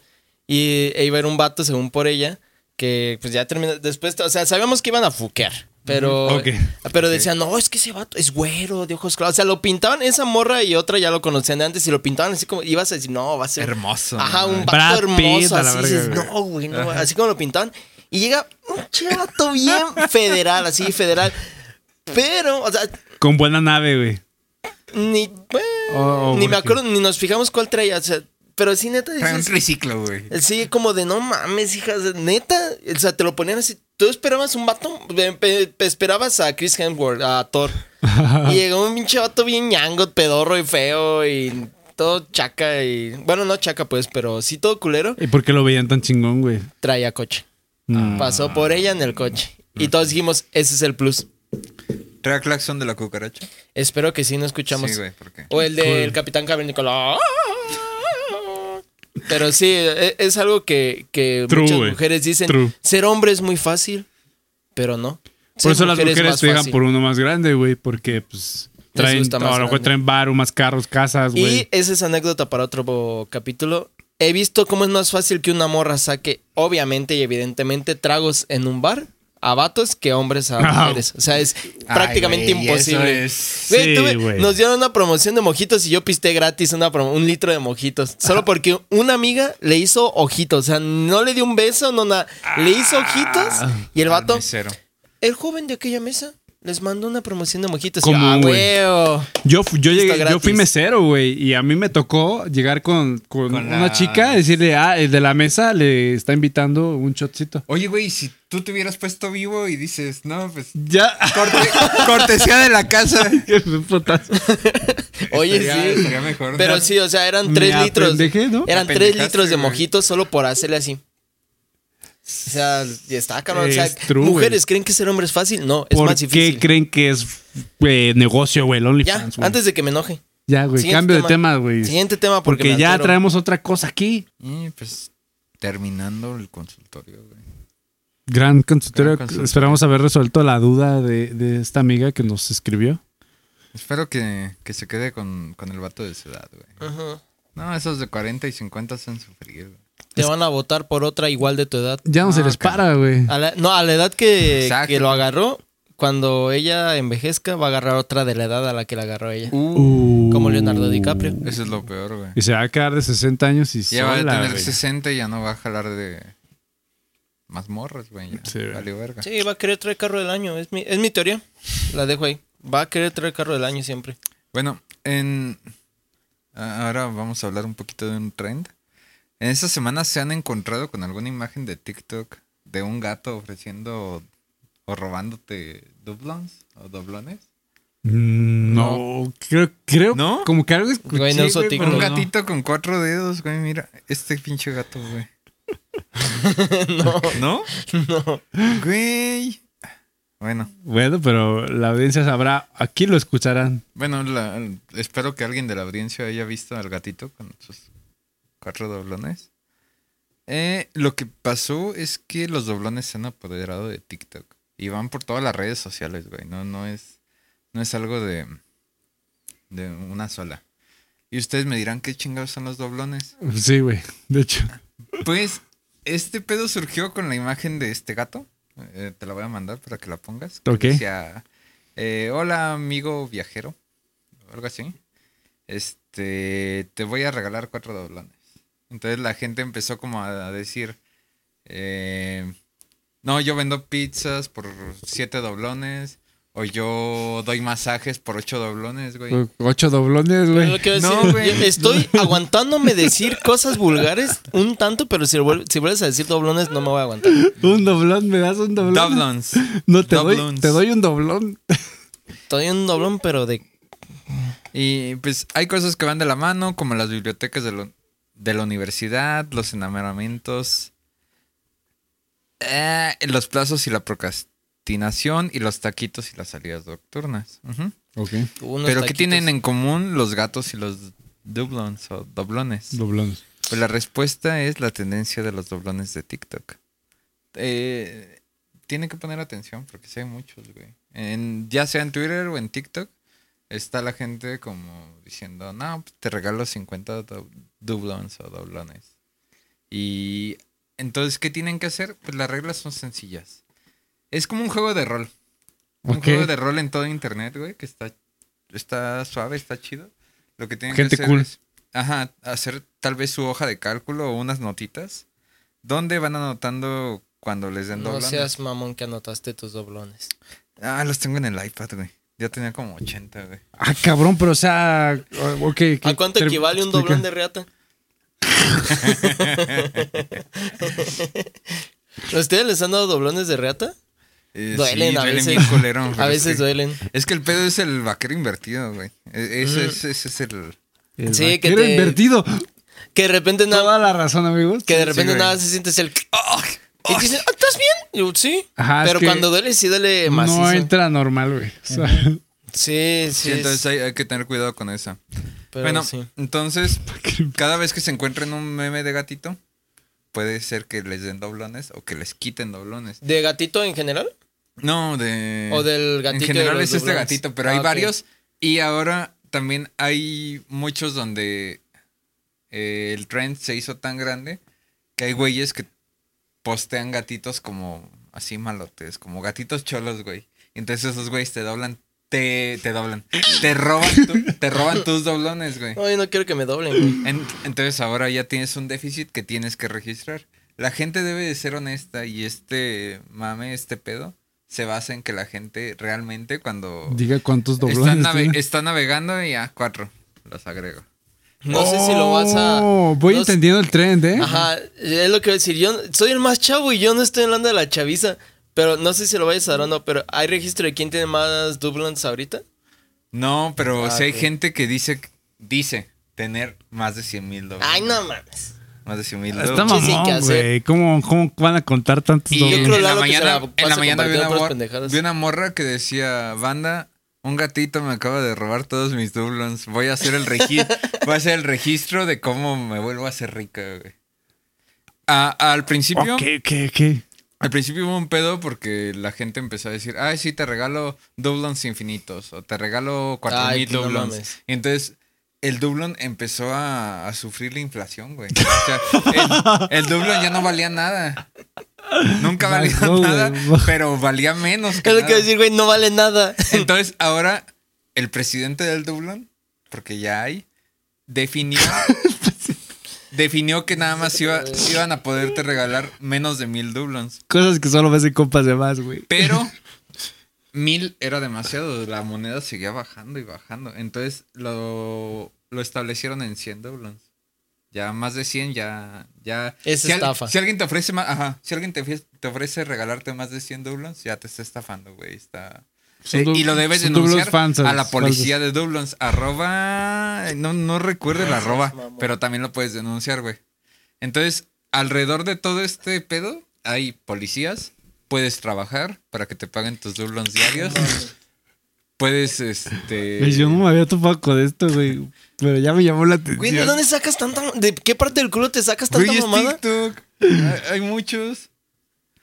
S2: y e iba a ir un vato, según por ella, que pues ya terminó, después, o sea, sabíamos que iban a fuquear, pero,
S4: Ujú, ok.
S2: pero decían, no, es que ese vato es güero, de ojos claros, o sea, lo pintaban, esa morra y otra ya lo conocían de antes, y lo pintaban así como, ibas a decir, no, va a ser...
S1: Hermoso.
S2: Ajá,
S1: ¿no?
S2: un vato
S4: Brad
S2: hermoso,
S4: Pitt, a la
S2: así
S4: verga,
S2: dices,
S4: güey.
S2: no, güey, no, así como lo pintaban. Y llega un chivato bien federal, así federal. Pero, o sea,
S4: Con buena nave, güey.
S2: ni, eh,
S4: Oh,
S2: ni me
S4: porque-
S2: acuerdo, ni nos fijamos cuál traía. O sea, pero sí, neta,
S1: Trae un
S2: dices,
S1: triciclo, güey.
S2: sí, como de no mames, hija, o sea, neta. O sea, te lo ponían así. Tú esperabas un vato, pe- pe- esperabas a Chris Hemsworth, a Thor. y llegó un pinche vato bien ñango, pedorro y feo y todo chaca y... Bueno, no chaca pues, pero sí todo culero.
S4: ¿Y por qué lo veían tan chingón, güey?
S2: traía coche.
S4: No.
S2: Pasó por ella en el coche. Y todos dijimos, ese es el plus.
S1: Trae claxon de la cucaracha.
S2: Espero que sí no escuchamos.
S1: Sí, güey, ¿por qué?
S2: o el del Capitán Cavernícola. Pero sí, e- es algo que, que
S4: True,
S2: muchas
S4: güey.
S2: mujeres dicen.
S4: True.
S2: Ser hombre es muy fácil, pero no.
S4: Por
S2: Ser
S4: eso las
S2: mujer es
S4: mujeres
S2: más
S4: te dejan
S2: fácil.
S4: por uno más grande, güey, porque pues traen,
S2: gusta más
S4: a lo mejor
S2: grande.
S4: traen varo, más carros, casas,
S2: Y
S4: güey.
S2: esa es anécdota para otro bo- capítulo. He visto cómo es más fácil que una morra saque, obviamente y evidentemente, tragos en un bar a vatos que hombres a
S4: Ah.
S2: mujeres. O sea, es prácticamente
S1: güey, y eso
S2: imposible.
S1: es-
S2: Güey,
S4: Sí,
S2: tuve-
S4: güey.
S2: nos dieron una promoción de mojitos y yo pisté gratis una promo- un litro de mojitos. Solo porque una amiga le hizo ojitos. O sea, no le dio un beso, no nada. Le hizo
S4: Ah,
S2: ojitos y el vato,
S1: Al mesero.
S2: el joven de aquella mesa, les mandó una promoción de mojitos. Y yo,
S4: Como,
S2: ah,
S4: güey.
S2: güey.
S4: Yo, fu- yo, llegué, yo
S2: gratis.
S4: fui mesero, güey, y a mí me tocó llegar con, con
S1: Con
S4: una
S1: la-
S4: chica y decirle, ah, el de la mesa le está invitando un shotcito.
S1: Oye, güey, si tú te hubieras puesto vivo y dices, no, pues.
S4: Ya.
S1: corte- cortesía de la casa.
S4: Putazo.
S2: Oye,
S1: Estaría-
S2: sí.
S1: estaría mejor,
S2: Pero
S1: ¿no?
S2: sí, o sea, eran
S4: Me
S2: tres litros.
S4: apendejé, ¿no?
S2: Eran
S1: Me
S2: tres
S1: apendejaste,
S2: litros de
S1: güey.
S2: mojitos solo por hacerle así. O sea, y está cabrón. O sea,
S4: Es true,
S2: mujeres
S4: güey.
S2: creen que ser hombre es fácil. No, es
S4: ¿Por
S2: más
S4: qué
S2: difícil.
S4: creen que es eh, negocio, güey, el
S2: ya,
S4: OnlyFans, güey?
S2: antes de que me enoje.
S4: Ya, güey,
S2: Siguiente
S4: cambio de tema, güey.
S2: Siguiente tema porque,
S4: Porque
S2: me
S4: ya
S2: altero.
S4: traemos otra cosa aquí.
S1: Y pues, terminando el consultorio, güey.
S4: Gran consultorio.
S1: Gran consultorio.
S4: Esperamos haber resuelto la duda de, de esta amiga que nos escribió.
S1: Espero que, que se quede con, con el vato de su edad, güey.
S2: Ajá.
S1: No, esos de 40 y 50 hacen sufrir, güey.
S2: Te van a votar por otra igual de tu edad.
S4: Ya no, se
S1: Ah,
S4: les
S1: ok.
S4: para, güey.
S2: A la- no, a la edad que,
S1: Exacto.
S2: que lo agarró, cuando ella envejezca, va a agarrar otra de la edad a la que la agarró ella.
S4: Uh.
S2: Como Leonardo DiCaprio.
S1: Eso es lo peor, güey.
S4: Y se va a quedar de 60 años y
S1: Ya va a
S4: sola,
S1: tener
S4: güey.
S1: 60 y ya no va a jalar de más morras, güey. ya.
S4: Sí, güey.
S1: Valió verga.
S2: Sí, va a querer traer carro del año. Es mi, es mi teoría. La dejo ahí. Va a querer traer carro del año siempre.
S1: Bueno, en a- ahora vamos a hablar un poquito de un trend. En esta semana se han encontrado con alguna imagen de TikTok de un gato ofreciendo o robándote doblons o doblones.
S4: Mm, No, creo, creo
S1: ¿No?
S4: como que algo escuché,
S2: Güey, no uso
S4: güey,
S2: TikTok.
S4: pero
S1: un
S4: no.
S1: gatito con cuatro dedos, güey. Mira, este pinche gato, güey. no. ¿No? Güey. Bueno,
S4: Bueno, pero la audiencia sabrá, aquí lo escucharán.
S1: bueno, la- espero que alguien de la audiencia haya visto al gatito con sus cuatro doblones. Eh, lo que pasó es que los doblones se han apoderado de TikTok y van por todas las redes sociales, güey. No, no es, no es algo de, de una sola. Y ustedes me dirán qué chingados son los doblones.
S4: Sí, güey, de hecho.
S1: Pues Este pedo surgió con la imagen de este gato. Eh, te la voy a mandar para que la pongas. Que
S4: Ok.
S1: Decía, eh, hola amigo viajero. o Algo así. Este, te voy a regalar cuatro doblones. Entonces la gente empezó como a decir, eh, no, yo vendo pizzas por siete doblones. O yo doy masajes por ocho doblones, güey.
S4: Ocho doblones,
S2: Es lo
S4: güey.
S2: que iba a
S1: No,
S2: decir.
S1: güey.
S2: Yo Estoy aguantándome decir cosas vulgares un tanto, pero si, vuel- si vuelves a decir doblones no me voy a aguantar.
S4: Un doblón, me das un doblón.
S1: Doblons.
S4: No te doy,
S1: Doblons.
S4: te doy un doblón.
S2: Estoy un doblón, pero de...
S1: Y pues hay cosas que van de la mano, como las bibliotecas de, lo- de la universidad, los enamoramientos, eh, los plazos y la procrastinación, y los taquitos y las salidas nocturnas. Ujú.
S4: Ok,
S2: unos
S1: Pero ¿qué
S2: taquitos.
S1: tienen en común los gatos y los doblons o doblones?
S4: doblones.
S1: Pues la respuesta es la tendencia de los doblones de TikTok. Eh, tienen que poner atención porque sí hay muchos, güey. En- ya sea en Twitter o en TikTok, está la gente como diciendo, no, pues, te regalo 50 do- doblones o doblones. Y entonces, ¿qué tienen que hacer? Pues las reglas son sencillas. Es como un juego de rol. Un
S4: Ok.
S1: juego de rol en todo internet, güey, que está, está suave, está chido. Lo que tienen
S4: Gente
S1: que hacer
S4: cool.
S1: es, ajá, hacer tal vez su hoja de cálculo o unas notitas. ¿Dónde van anotando cuando les den
S2: No
S1: doblones?
S2: seas mamón que anotaste tus doblones.
S1: Ah, los tengo en el iPad, güey. Ya tenía como 80, güey.
S4: Ah, cabrón, pero o sea. ok, que-
S2: ¿A cuánto
S4: ter-
S2: equivale un
S4: explica.
S2: doblón de reata? ¿A ¿Ustedes les han dado doblones de reata?
S1: Eh,
S2: Duelen
S1: sí,
S2: a veces.
S1: bien culero,
S2: a
S1: pero
S2: veces
S1: sí.
S2: duelen.
S1: Es que el pedo es el vaquero invertido, güey. E- Ese, es- ese es el...
S4: El
S2: Sí, que
S4: vaquero
S2: te-
S4: invertido.
S2: Que de repente nada
S4: Toda la razón, amigos.
S2: que de repente
S1: güey.
S2: nada se sientes el ¡Ah! y te dicen, "Ah, ¿estás bien? Y yo, sí.
S4: Ajá, es
S2: Pero
S4: que
S2: cuando duele, sí duele más.
S4: No entra normal, güey. O sea,
S2: Sí, sí.
S1: Sí, entonces
S2: es-
S1: hay, hay que tener cuidado con esa.
S2: pero
S1: bueno,
S2: sí.
S1: entonces, cada vez que se encuentren un meme de gatito, puede ser que les den doblones o que les quiten doblones.
S2: ¿De gatito en general?
S1: No, de...
S2: ¿O del gatito de
S1: eh, En general
S2: los
S1: es este
S2: doblones?
S1: gatito, pero
S2: Ah,
S1: hay
S2: ok.
S1: varios. Y ahora también hay muchos donde eh, el trend se hizo tan grande que hay güeyes que postean gatitos como así malotes, como gatitos cholos, güey. Y entonces esos güeyes te doblan, te, te doblan, te roban, tu- te roban tus doblones, güey.
S2: Ay, no quiero que me doblen. güey.
S1: En- entonces ahora ya tienes un déficit que tienes que registrar. La gente debe de ser honesta y este mame, este pedo, se basa en que la gente realmente cuando
S4: diga cuántos
S1: está,
S4: doblones.
S1: nave-
S4: tiene.
S1: está navegando y a cuatro los agrego.
S2: No sé si lo vas a.
S4: Oh, Voy
S2: no sé-
S4: entendiendo el trend, ¿eh?
S2: Ajá, es lo que voy a decir. Yo soy el más chavo y yo no estoy hablando de la chaviza. Pero no sé si lo vayas a dar o no, pero ¿hay registro de quién tiene más dublons ahorita?
S1: No, pero
S2: Ah,
S1: si hay
S2: ok.
S1: gente que dice, dice tener más de 100 mil dólares.
S2: Ay, no mames.
S1: Más de 100 mil
S4: Está
S1: dólares.
S2: muchísimo que
S4: mamón,
S2: hacer.
S4: güey. ¿Cómo, ¿Cómo van a contar tantos
S1: Y
S2: Yo creo,
S4: doblones?
S1: en la
S2: Lalo, que se la
S1: mañana, en la
S2: pasa
S1: mañana vi,
S2: compartiendo
S1: una
S2: puras
S1: mor-
S2: pendejadas.
S1: vi una morra que decía, banda, un gatito me acaba de robar todos mis dublons. Voy a hacer el registro, voy a hacer el registro de cómo me vuelvo a hacer rica, güey. A- al principio,
S4: Ok, ok, ok.
S1: al principio hubo un pedo porque la gente empezó a decir, ay, sí, te regalo doblons infinitos o te regalo cuatro
S2: Ay,
S1: mil
S2: no
S1: doblons.
S2: mames.
S1: Y entonces, el doblon empezó a, a sufrir la inflación, güey. O sea, el, el doblon ya no valía nada. Nunca valía
S4: No, güey,
S1: nada,
S4: no.
S1: pero valía menos. que
S2: Es lo que
S1: nada.
S2: voy a decir, güey, no vale nada.
S1: Entonces, ahora el presidente del doblon, porque ya hay, definió. definió que nada más iba- iban a poderte regalar menos de mil doblons.
S4: Cosas que solo ves en compas de más, güey.
S1: Pero mil era demasiado. La moneda seguía bajando y bajando. Entonces lo, lo establecieron en 100 doblons. Ya más de 100, ya. ya
S2: Es
S1: si al-
S2: estafa.
S1: si alguien te ofrece más. Ajá. Si alguien te, ofrece- te ofrece regalarte más de 100 doblons, ya te está estafando, güey. Está.
S4: Son
S1: Eh,
S4: dub-
S1: y lo debes
S4: son doblons
S1: denunciar
S4: falsas,
S1: a la policía de Dublons. Arroba. No, no recuerdo
S2: Ah,
S1: el arroba, pero también lo puedes denunciar, güey. Entonces, alrededor de todo este pedo, hay policías. Puedes trabajar para que te paguen tus Dublons diarios. puedes, este.
S4: Güey, Pues Yo no me había topado con esto, güey. Pero ya me llamó la atención.
S2: Güey, ¿de dónde sacas tanta... ¿De qué parte del culo te sacas tanta
S1: Güey, es
S2: mamada?
S1: TikTok. Hay- Hay muchos.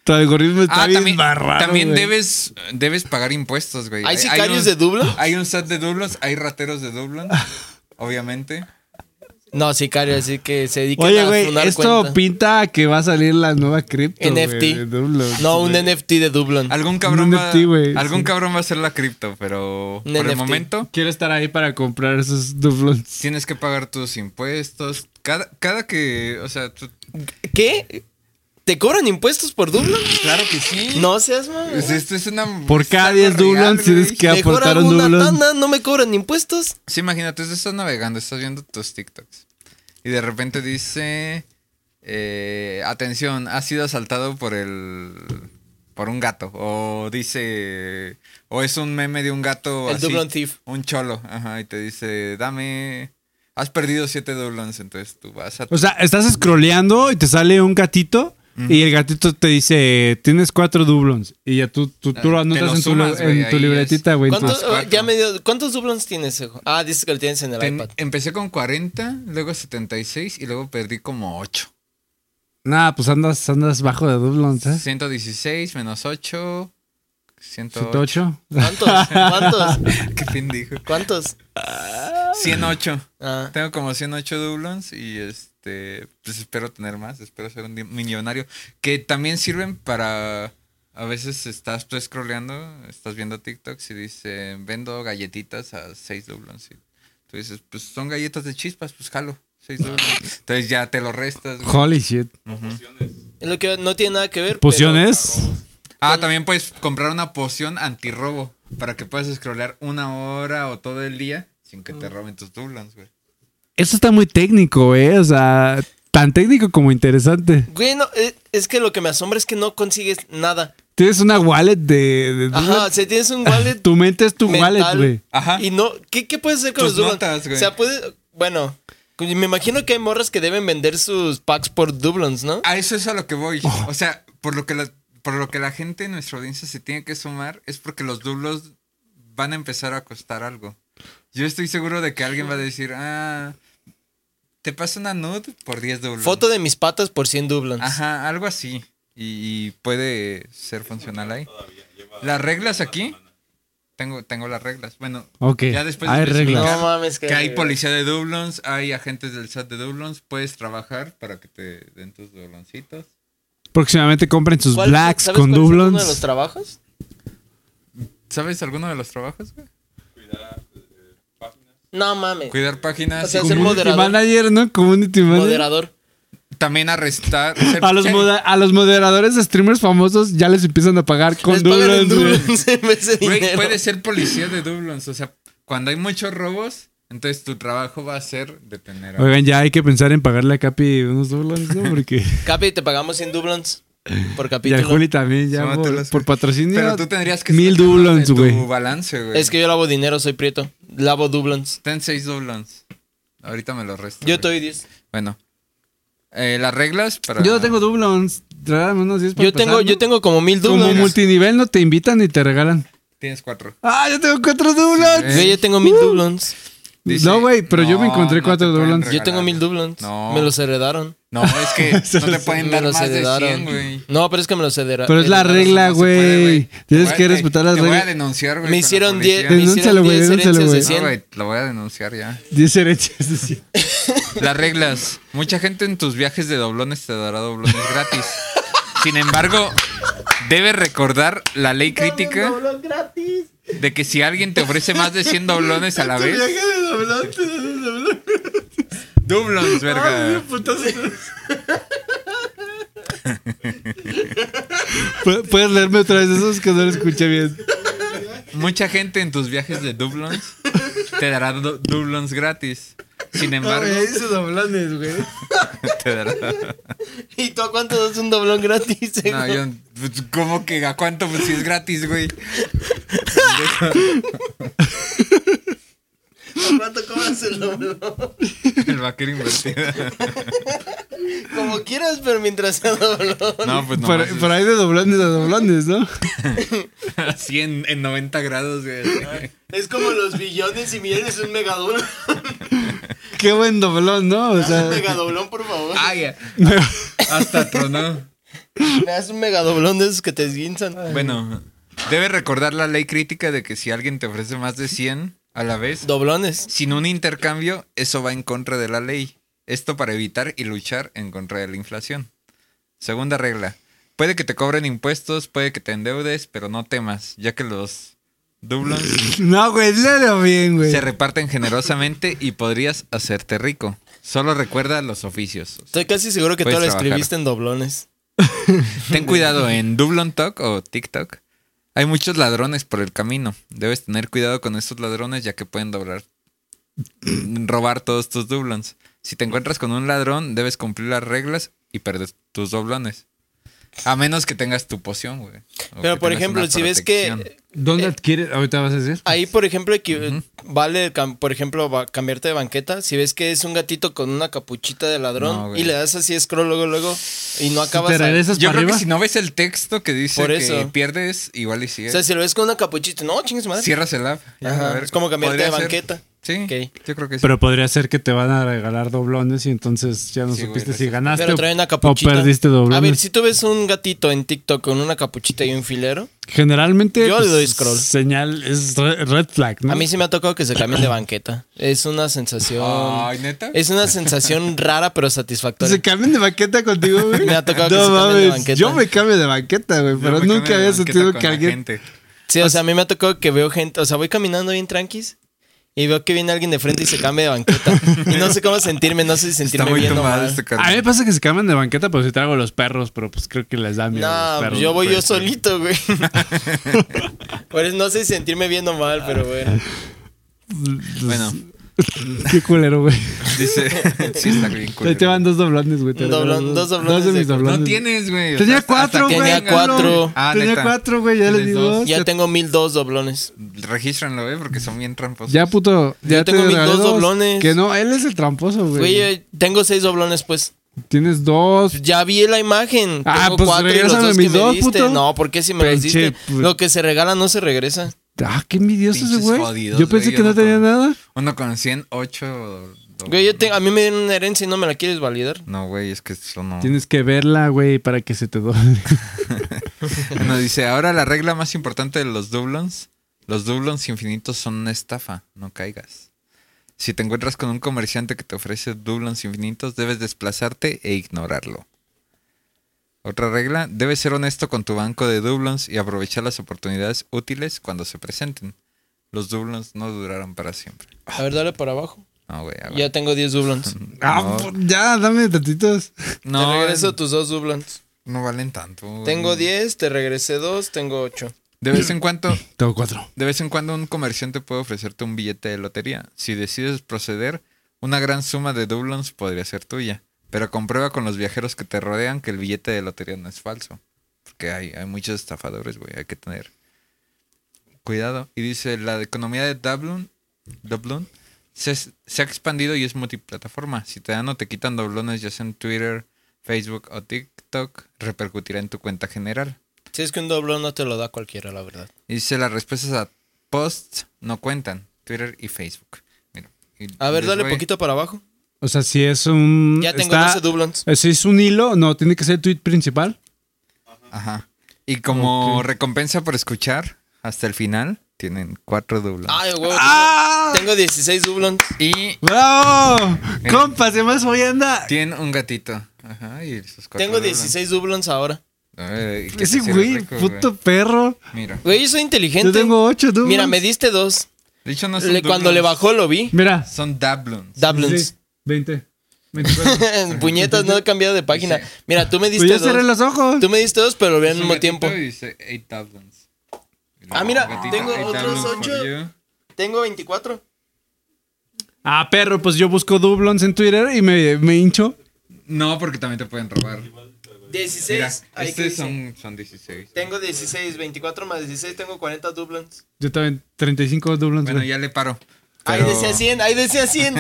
S4: Tu algoritmo está
S1: Ah,
S4: bien
S1: también,
S4: barrado,
S1: también
S4: güey.
S1: debes, debes pagar impuestos, güey.
S2: ¿Hay sicarios
S1: un-
S2: de Dublon?
S1: Hay un SAT de Dublons, hay rateros de Dublon, obviamente.
S2: No, sicario, así que se dedica
S4: Oye,
S2: a
S4: güey,
S2: fundar
S4: esto
S2: cuenta.
S4: pinta que va a salir la nueva cripto. güey,
S2: NFT.
S4: de Roblox,
S2: No,
S4: güey.
S2: un NFT de Dublon.
S1: Algún cabrón,
S4: Un
S1: va,
S4: NFT, güey,
S1: algún
S4: sí.
S1: cabrón va a hacer la cripto, pero
S2: Un
S1: por el
S2: NFT.
S1: momento
S4: Quiero estar ahí para comprar esos Dublons.
S1: tienes que pagar tus impuestos. Cada, cada que, o sea, tú-
S2: ¿Qué? ¿Te cobran impuestos por Dublon?
S1: claro que sí.
S2: No seas mamón.
S1: Pues esto es una.
S4: Por cada
S1: es
S4: 10
S1: algo real,
S4: Dublons tienes
S1: güey.
S4: que
S2: Mejor
S4: aportar
S2: hago
S4: un
S2: una
S4: Dublon.
S2: tanda, no me cobran impuestos.
S1: Sí, imagínate, tú estás navegando, estás viendo tus TikToks. Y de repente dice. eh, atención, has sido asaltado por el. por un gato. O dice. O es un meme de un gato.
S2: El
S1: así,
S2: Dublon Thief.
S1: Un cholo. Ajá. Y te dice. Dame. Has perdido siete Dublons. Entonces tú vas a.
S4: O sea, estás scrolleando y te sale un gatito. Y el gatito te dice, tienes cuatro dublons. Y ya tú, tú, tú lo
S1: Ah, te
S4: anotas
S1: lo
S4: en tu,
S1: sumas,
S4: en
S1: güey,
S4: tu
S1: ahí
S4: libretita, güey.
S2: ¿Cuántos, eh,
S4: Entonces,
S1: cuatro.
S2: ya me dio- ¿Cuántos Dublons tienes, hijo? Ah, dices que lo tienes en el
S1: Ten-
S2: iPad.
S1: empecé con 40, luego 76 y luego perdí como 8.
S4: Nada, pues andas, andas bajo de dublons, ¿eh?
S1: 116 menos 8. 108.
S4: 108.
S2: ¿Cuántos? ¿Cuántos?
S1: ¿Qué fin dijo?
S2: ¿Cuántos?
S1: 108.
S2: Ah,
S1: Tengo como 108 dublons y este pues espero tener más, espero ser un di- millonario que también sirven para a veces estás tú scrolleando, estás viendo TikToks y dice, "Vendo galletitas a 6 dublons." Y tú dices, "Pues son galletas de chispas, pues jalo." 6 dublons. Entonces ya te lo restas. güey.
S4: Holy shit.
S2: es lo que no tiene nada que ver. pero-
S4: ¿Pociones?
S1: Ah, también puedes comprar una poción antirrobo para que puedas scrollear una hora o todo el día sin que te roben tus dublons, güey.
S4: Eso está muy técnico, ¿eh? O sea, tan técnico como interesante.
S2: Güey, no, eh, es que lo que me asombra es que no consigues nada.
S4: Tienes una wallet de... de
S2: Ajá, o
S4: dublons.
S2: sea, tienes un wallet.
S4: tu mente es tu
S2: mental,
S4: wallet, güey.
S1: Ajá.
S2: Y no, ¿qué, qué puedes hacer con los
S1: Tus
S2: Dublons?
S1: notas, güey.
S2: O sea, puedes. Bueno, me imagino que hay morras que deben vender sus packs por Dublons, ¿no?
S1: A eso es a lo que voy.
S4: Oh.
S1: O sea, por lo que la, por lo que la gente en nuestra audiencia se tiene que sumar es porque los dublos van a empezar a costar algo. Yo estoy seguro de que alguien va a decir, ah, te paso una nude por 10 dublos.
S2: Foto de mis patas por 100 Dublons.
S1: Ajá, algo así. Y, y puede ser funcional ahí. Las reglas aquí. Tengo, tengo las reglas. Bueno,
S4: Ok,
S1: ya después
S4: hay
S1: les voy a
S4: reglas.
S1: explicar
S2: No mames, que-
S1: que hay policía de Dublons, hay agentes del SAT de Dublons. Puedes trabajar para que te den tus dubloncitos.
S4: Próximamente compren sus
S2: ¿Cuál-
S4: blacks
S2: sabes
S4: con
S2: cuál es uno de los
S4: dublons.
S2: trabajos?
S1: ¿Sabes alguno de los trabajos, güey?
S2: No mames.
S1: Cuidar páginas.
S2: O sea,
S1: y
S2: ser
S4: Community
S2: moderador.
S4: manager, ¿no? Community manager.
S2: Moderador.
S1: también arrestar. ser-
S4: A los,
S1: ser-
S4: moda- a los moderadores de streamers famosos ya les empiezan a pagar con
S2: Les pagan en
S4: dublons. güey.
S2: Dublons en vez de
S1: Güey,
S2: dinero.
S1: puede ser policía de Dublons. O sea, cuando hay muchos robos, entonces tu trabajo va a ser detener a...
S4: Oigan, ya hay que pensar en pagarle a Capi unos dublons, ¿no? Porque.
S2: Capi, te pagamos 100 Dublons por
S4: y al
S2: capítulo.
S4: Juli también, ya
S1: Súmatelos,
S4: por,
S1: güey.
S4: por patrocinio.
S1: Pero tú tendrías que...
S4: Mil
S1: sacarlo de
S4: dublons, güey.
S1: Tu balance, güey.
S2: Es que yo lavo dinero, soy prieto. Lavo Dublons.
S1: Ten seis dublons. Ahorita me los resto.
S2: Yo
S1: güey.
S2: te doy 10.
S1: Bueno. Eh, las reglas para...
S4: Yo no tengo dublons. Regálame unos 10 para
S2: Yo tengo,
S4: empezar, ¿no?
S2: yo tengo como mil
S4: Como
S2: Dublons.
S4: multinivel no te invitan ni te regalan.
S1: Tienes cuatro.
S4: Ah, yo tengo cuatro dublons.
S2: Yo ya tengo mil Dublons.
S1: Dice-
S4: Uh. no, güey, pero yo me
S1: No,
S4: encontré
S1: no
S4: cuatro
S1: te pueden
S4: dublons.
S2: Yo
S1: regalar.
S2: tengo mil Dublons.
S1: No.
S2: Me los heredaron.
S1: No, es que no te pueden
S2: Me
S1: dar
S2: los
S1: más de
S2: heredaron.
S1: 100, güey.
S2: No, pero es que me los heredaron.
S4: Pero es la regla,
S1: No se puede,
S4: güey.
S1: Te
S4: Tienes
S1: voy a-
S4: que
S1: te-
S4: respetar las
S1: te Voy a
S4: reglas.
S1: denunciar, güey.
S2: Me
S1: con la
S2: hicieron
S1: policía.
S2: 10 me hicieron
S4: Denúncialo, güey,
S2: 10
S4: denúncialo,
S2: herencias de 100.
S1: No, güey, lo voy a denunciar ya.
S4: 10 derechas.
S1: Las reglas. Mucha gente en tus viajes de doblones te dará doblones gratis. Sin embargo, debes recordar la ley crítica de que si alguien te ofrece más de 100 doblones a la vez. Doblones, verga.
S4: Pu- Puedes leerme otra vez esos que no lo escuché bien.
S1: Mucha gente en tus viajes de doblones te dará do- doblones gratis. Sin embargo,
S3: Esos doblones, güey.
S1: te dará.
S2: ¿Y tú a cuánto das un doblón gratis? eh,
S1: No,
S2: güey?
S1: yo. pues, ¿Cómo que a cuánto? Pues si es gratis, güey.
S2: ¿A cuánto cobras el doblón?
S1: El vaquero invertido.
S2: Como quieras, pero mientras sea doblón.
S1: No, pues no.
S4: por, por ahí de doblones a doblones, ¿no?
S1: Así en, en 90 grados, güey. así.
S2: Es como los billones y millones es un megadoblón.
S4: Qué buen doblón, ¿no? O sea,
S2: Un megadoblón, por favor.
S1: Ay, ah, hasta tronó.
S2: Me das un megadoblón de esos que te esguinzan.
S1: Bueno, debes recordar la ley crítica de que si alguien te ofrece más de 100 a la vez,
S2: Doblones.
S1: sin un intercambio, eso va en contra de la ley. Esto para evitar y luchar en contra de la inflación. Segunda regla. Puede que te cobren impuestos, puede que te endeudes, pero no temas, ya que los dublons
S4: No, güey, léelo bien, güey.
S1: se reparten generosamente y podrías hacerte rico. Solo recuerda los oficios.
S2: Estoy casi seguro que tú
S1: Puedes
S2: lo
S1: trabajar.
S2: escribiste en doblones.
S1: Ten cuidado en Dublon Talk o TikTok. Hay muchos ladrones por el camino. Debes tener cuidado con estos ladrones ya que pueden doblar, mm, robar todos tus dublons. Si te encuentras con un ladrón, debes cumplir las reglas y perder tus doblones. A menos que tengas tu poción, güey. o
S2: Pero
S1: que
S2: por
S1: tengas
S2: ejemplo,
S1: una
S2: si ves
S1: protección.
S2: que
S4: ¿Dónde adquieres? Ahorita vas a decir.
S2: ahí, por ejemplo, equi- vale, cam- por ejemplo, va- cambiarte de banqueta, si ves que es un gatito con una capuchita de
S1: No,
S2: ladrón
S1: güey.
S2: y le das así scroll luego, luego y no acabas.
S4: ¿Te
S2: a-
S4: regresas
S1: Yo
S4: para
S1: creo
S4: arriba?
S1: que si no ves el texto que dice
S2: Por
S1: que
S2: eso.
S1: pierdes, igual y sigue.
S2: o sea, si lo ves con una capuchita, no, chingues madre.
S1: Cierras el app. ya,
S2: Ajá,
S1: a ver,
S2: es como cambiarte de
S1: podría ser.
S2: banqueta.
S1: Sí,
S2: Ok.
S1: yo creo que sí.
S4: Pero podría ser que te van a regalar doblones y entonces ya no
S1: Sí, güey,
S4: supiste si
S1: gracias.
S4: ganaste
S2: Pero trae una
S4: o- o
S2: capuchita.
S4: perdiste doblones.
S2: A ver, si tú ves un gatito en TikTok con una capuchita y un filero,
S4: Generalmente pues,
S2: Yo le doy scroll.
S4: señal es re- red flag, ¿no?
S2: a mí sí me ha tocado que se cambien de banqueta. Es una sensación.
S1: Ay, ¿neta?
S2: Es una sensación rara pero
S4: se
S2: satisfactoria.
S4: cambian de banqueta contigo, güey.
S2: Me ha tocado que
S4: no
S2: se cambien de
S4: mames,
S2: banqueta.
S4: Yo me cambio de banqueta, güey,
S1: Yo
S4: pero
S1: Pues me
S4: nunca
S1: cambio de
S4: había
S1: banqueta
S4: sentido
S1: con
S4: que
S1: la
S4: alguien.
S1: gente.
S2: Sí,
S1: Pues
S2: o sea, a mí me ha tocado que veo gente, o sea, voy caminando bien tranquis y veo que viene alguien de frente y se cambia de banqueta. Y no sé cómo sentirme, no sé si
S1: Está
S2: sentirme
S1: muy
S2: bien o
S1: tomado
S2: mal.
S1: este
S4: A mí
S1: carnal.
S4: me pasa que se cambian de banqueta, pero si traigo los perros, pero pues creo que les da miedo. a los
S2: No,
S4: perros,
S2: yo voy yo
S4: pues.
S2: solito, güey. Por eso no sé si sentirme bien o mal,
S1: Ah.
S2: pero bueno.
S4: pues,
S1: Bueno,
S4: Qué culero, güey.
S1: dice. sí, está bien
S4: Ahí te
S1: culero.
S4: van dos doblones, güey. te
S2: Un
S4: regalo
S2: doblón- dos doblones
S4: Dos de
S2: de-
S4: mis
S2: No
S4: doblones.
S1: No tienes, güey. o
S4: Tenía
S1: sea, hasta
S4: cuatro,
S1: que
S4: güey.
S2: Tenía
S4: cabrón.
S2: cuatro.
S1: Ah,
S4: Tenía
S1: neta.
S4: cuatro, güey. Ya le di
S1: Tienes dos.
S4: dos.
S2: Ya tengo mil dos doblones.
S1: Regístranlo, güey, eh, porque son bien tramposos.
S4: Ya, puto. Ya
S2: tengo
S4: te
S2: mis
S4: regalé
S2: dos doblones.
S4: Que no, él es el tramposo,
S2: Güey,
S4: güey.
S2: eh, tengo seis doblones, pues.
S4: Tienes dos.
S2: Ya vi la imagen.
S4: Ah,
S2: tengo
S4: pues
S2: cuatro y los
S4: regrésame
S2: dos
S4: mis
S2: que me
S4: dos,
S2: diste.
S4: puto.
S2: No, porque si me los
S4: Pinche
S2: diste,
S4: pu-
S2: lo que se regala no se regresa.
S4: Ah, qué envidioso ese
S1: Pinches
S4: güey.
S1: jodidos,
S4: Yo pensé
S1: güey,
S4: que
S1: yo
S4: no
S1: no
S4: tenía
S1: como.
S4: nada.
S1: Uno con 108.
S2: Güey, yo te- a mí me dieron una herencia y no me la quieres validar.
S1: No, güey, es que eso no.
S4: Tienes que verla, güey, para que se te doble.
S1: Bueno, dice, ahora la regla más importante de los dublons. Los dublons infinitos son una estafa, no caigas. Si te encuentras con un comerciante que te ofrece dublons infinitos, debes desplazarte e ignorarlo. Otra regla, debes ser honesto con tu banco de dublons y aprovechar las oportunidades útiles cuando se presenten. Los dublons no durarán para siempre.
S2: A ver, dale para abajo.
S1: No, güey, a ver.
S2: Ya tengo 10 dublons.
S4: Ah,
S1: No,
S4: por- ya, dame tantitos.
S1: no,
S2: te regreso tus dos dublons.
S1: no valen tanto. güey.
S2: Tengo 10, te regresé 2, tengo 8.
S1: De vez en cuando,
S4: Tengo cuatro.
S1: De vez en cuando un comerciante puede ofrecerte un billete de lotería. Si decides proceder, una gran suma de dublons podría ser tuya. Pero comprueba con los viajeros que te rodean que el billete de lotería no es falso. Porque hay, hay muchos estafadores, güey. Hay que tener cuidado. Y dice, la economía de Dublin, Dublin se, se ha expandido y es multiplataforma. Si te dan o te quitan doblones, ya sea en Twitter, Facebook o TikTok, repercutirá en tu cuenta general.
S2: Si es que un doblón no te lo da cualquiera, la verdad.
S1: Y Dice las respuestas a posts no cuentan. Twitter y Facebook. Mira, y
S2: A ver,
S1: les
S2: dale
S1: voy-
S2: poquito para abajo.
S4: O sea, si es un.
S2: Ya tengo
S4: Mm, está-
S2: 12 dublons.
S4: eh, Si es un hilo, no, tiene que ser el tweet principal.
S1: Ajá. Y como
S4: Ok.
S1: recompensa por escuchar hasta el final, tienen cuatro doblones.
S2: Ay, güey.
S4: ¡Ah!
S2: Tengo 16 dublons.
S1: Y
S4: ¡Bravo! Compas, además hoy anda.
S1: tienen un gatito. Ajá. Y sus cuatro
S2: Tengo
S1: doblones.
S2: 16 dublons ahora.
S1: Ay, que
S4: Ese
S1: te sirve
S4: güey,
S1: rico,
S4: puto
S1: güey.
S4: perro.
S1: Mira.
S2: Güey, yo soy inteligente.
S4: Yo tengo ocho dublons.
S2: Mira, me diste dos.
S1: De hecho, no son
S2: Le- cuando
S1: doblons,
S2: le bajó lo vi.
S4: Mira.
S1: Son doblons.
S2: Dublons.
S4: Sí, 20. 24.
S2: Puñetas, no he cambiado de página. Mira, tú me
S4: pues
S2: diste
S4: ya
S2: dos.
S4: cerré los ojos.
S2: Tú me diste dos, pero lo vi al
S1: Es un
S2: mismo
S1: gatito
S2: tiempo.
S1: y dice eight doblons. Y luego
S2: Ah, mira,
S1: un
S2: tengo
S1: eight
S2: otros
S1: doblons for
S2: ocho.
S1: you.
S2: Tengo 24.
S4: Ah, perro, pues yo busco dublons en Twitter y me, me hincho.
S1: No, porque también te pueden robar.
S2: 16.
S1: Mira,
S2: Ahí
S4: este
S2: que
S1: estos
S2: dice.
S1: son, son 16.
S2: Tengo 16, 24 más 16, tengo 40 dublons.
S4: Yo también, 35 dublons.
S1: Bueno,
S4: güey.
S1: ya le paro.
S2: Ahí
S1: Pero-
S2: decía 100, ahí decía 100.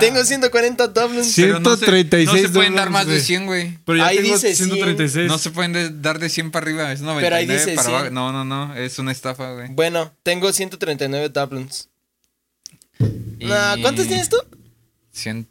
S2: Tengo 140 dublons.
S4: Sí.
S1: Pero no se-
S4: 136
S1: No se, pueden dar
S4: dólares,
S1: más de
S4: güey. Pues
S1: 100, güey.
S4: Pero ya
S2: ahí
S4: tengo
S2: dice
S4: 136.
S1: No se pueden de- dar de 100 para arriba. Es 99
S2: ahí dice
S1: para
S2: 100.
S1: abajo. No, no, no. Es una estafa, güey.
S2: Bueno, tengo 139 dublons.
S1: Y-
S2: Nah, ¿Cuántos tienes tú?
S1: 100,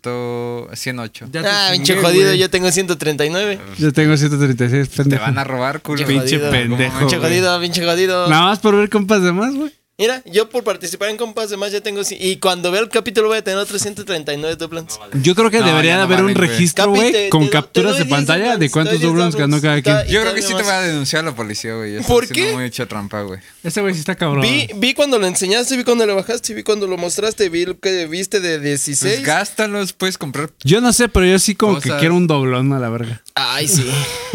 S1: 108.
S4: Ya te
S2: Ah,
S4: chingué,
S2: pinche jodido,
S4: güey.
S2: yo tengo 139.
S4: Yo tengo 136,
S1: Te
S4: pendejo.
S1: van a robar, culo.
S2: Pinche
S1: ¿Cómo
S4: pendejo,
S1: manches?
S2: Pinche jodido, pinche jodido.
S4: Nada más por ver compas de más, güey.
S2: Mira, yo por participar en Compas de Más ya tengo... ci- Y cuando vea el capítulo voy a tener otros 139 doblons.
S4: Yo creo que
S1: No,
S4: debería
S1: ya
S4: de
S1: no
S4: haber un
S1: valen, güey.
S4: registro,
S2: Capi, te-
S4: güey,
S2: te
S4: con
S2: do- te
S4: capturas
S2: doy
S4: de
S2: 10
S4: pantalla de
S2: doblons,
S4: cuántos
S2: te doy 10
S4: doblons ganó
S2: doblons.
S4: cada quien.
S2: Está-
S1: Yo creo que
S2: todavía
S1: sí te
S2: más.
S1: va a denunciar la policía, güey.
S2: ¿Por
S1: ¿Por qué?
S2: qué?
S1: mucha trampa, güey.
S4: Ese güey sí está cabrón.
S2: Vi, vi cuando lo enseñaste, vi cuando lo bajaste, vi cuando lo mostraste, vi lo que viste de
S1: Pues
S2: 16.
S1: gástalos, puedes comprar
S4: Yo no sé, pero yo sí como que
S1: Cosas.
S4: quiero un doblón a la verga.
S2: Ay, sí.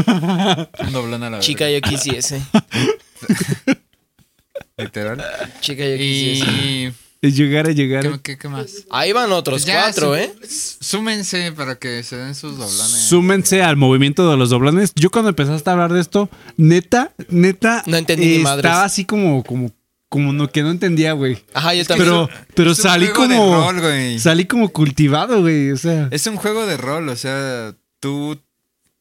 S1: un doblón a la
S2: Chica,
S1: verga,
S2: yo quisiese.
S1: Literal.
S2: Chica, yo quisiese.
S1: Y...
S4: Es llegar a llegar.
S1: ¿Qué, qué- qué más?
S2: Ahí van otros
S1: Ya,
S2: cuatro,
S1: sú-
S2: ¿eh?
S1: Súmense para que se den sus doblones.
S4: Súmense al movimiento de los doblones. Yo cuando empezaste a hablar de esto, neta, neta,
S2: No entendí ni
S4: estaba
S2: madres.
S4: así como, como, como no, que no entendía, güey.
S2: Ajá, yo también.
S4: Pero, pero
S1: es un
S4: salí
S1: juego de
S4: como,
S1: rol, güey.
S4: salí como cultivado, güey. O sea,
S1: Es un juego de rol, o sea, tú...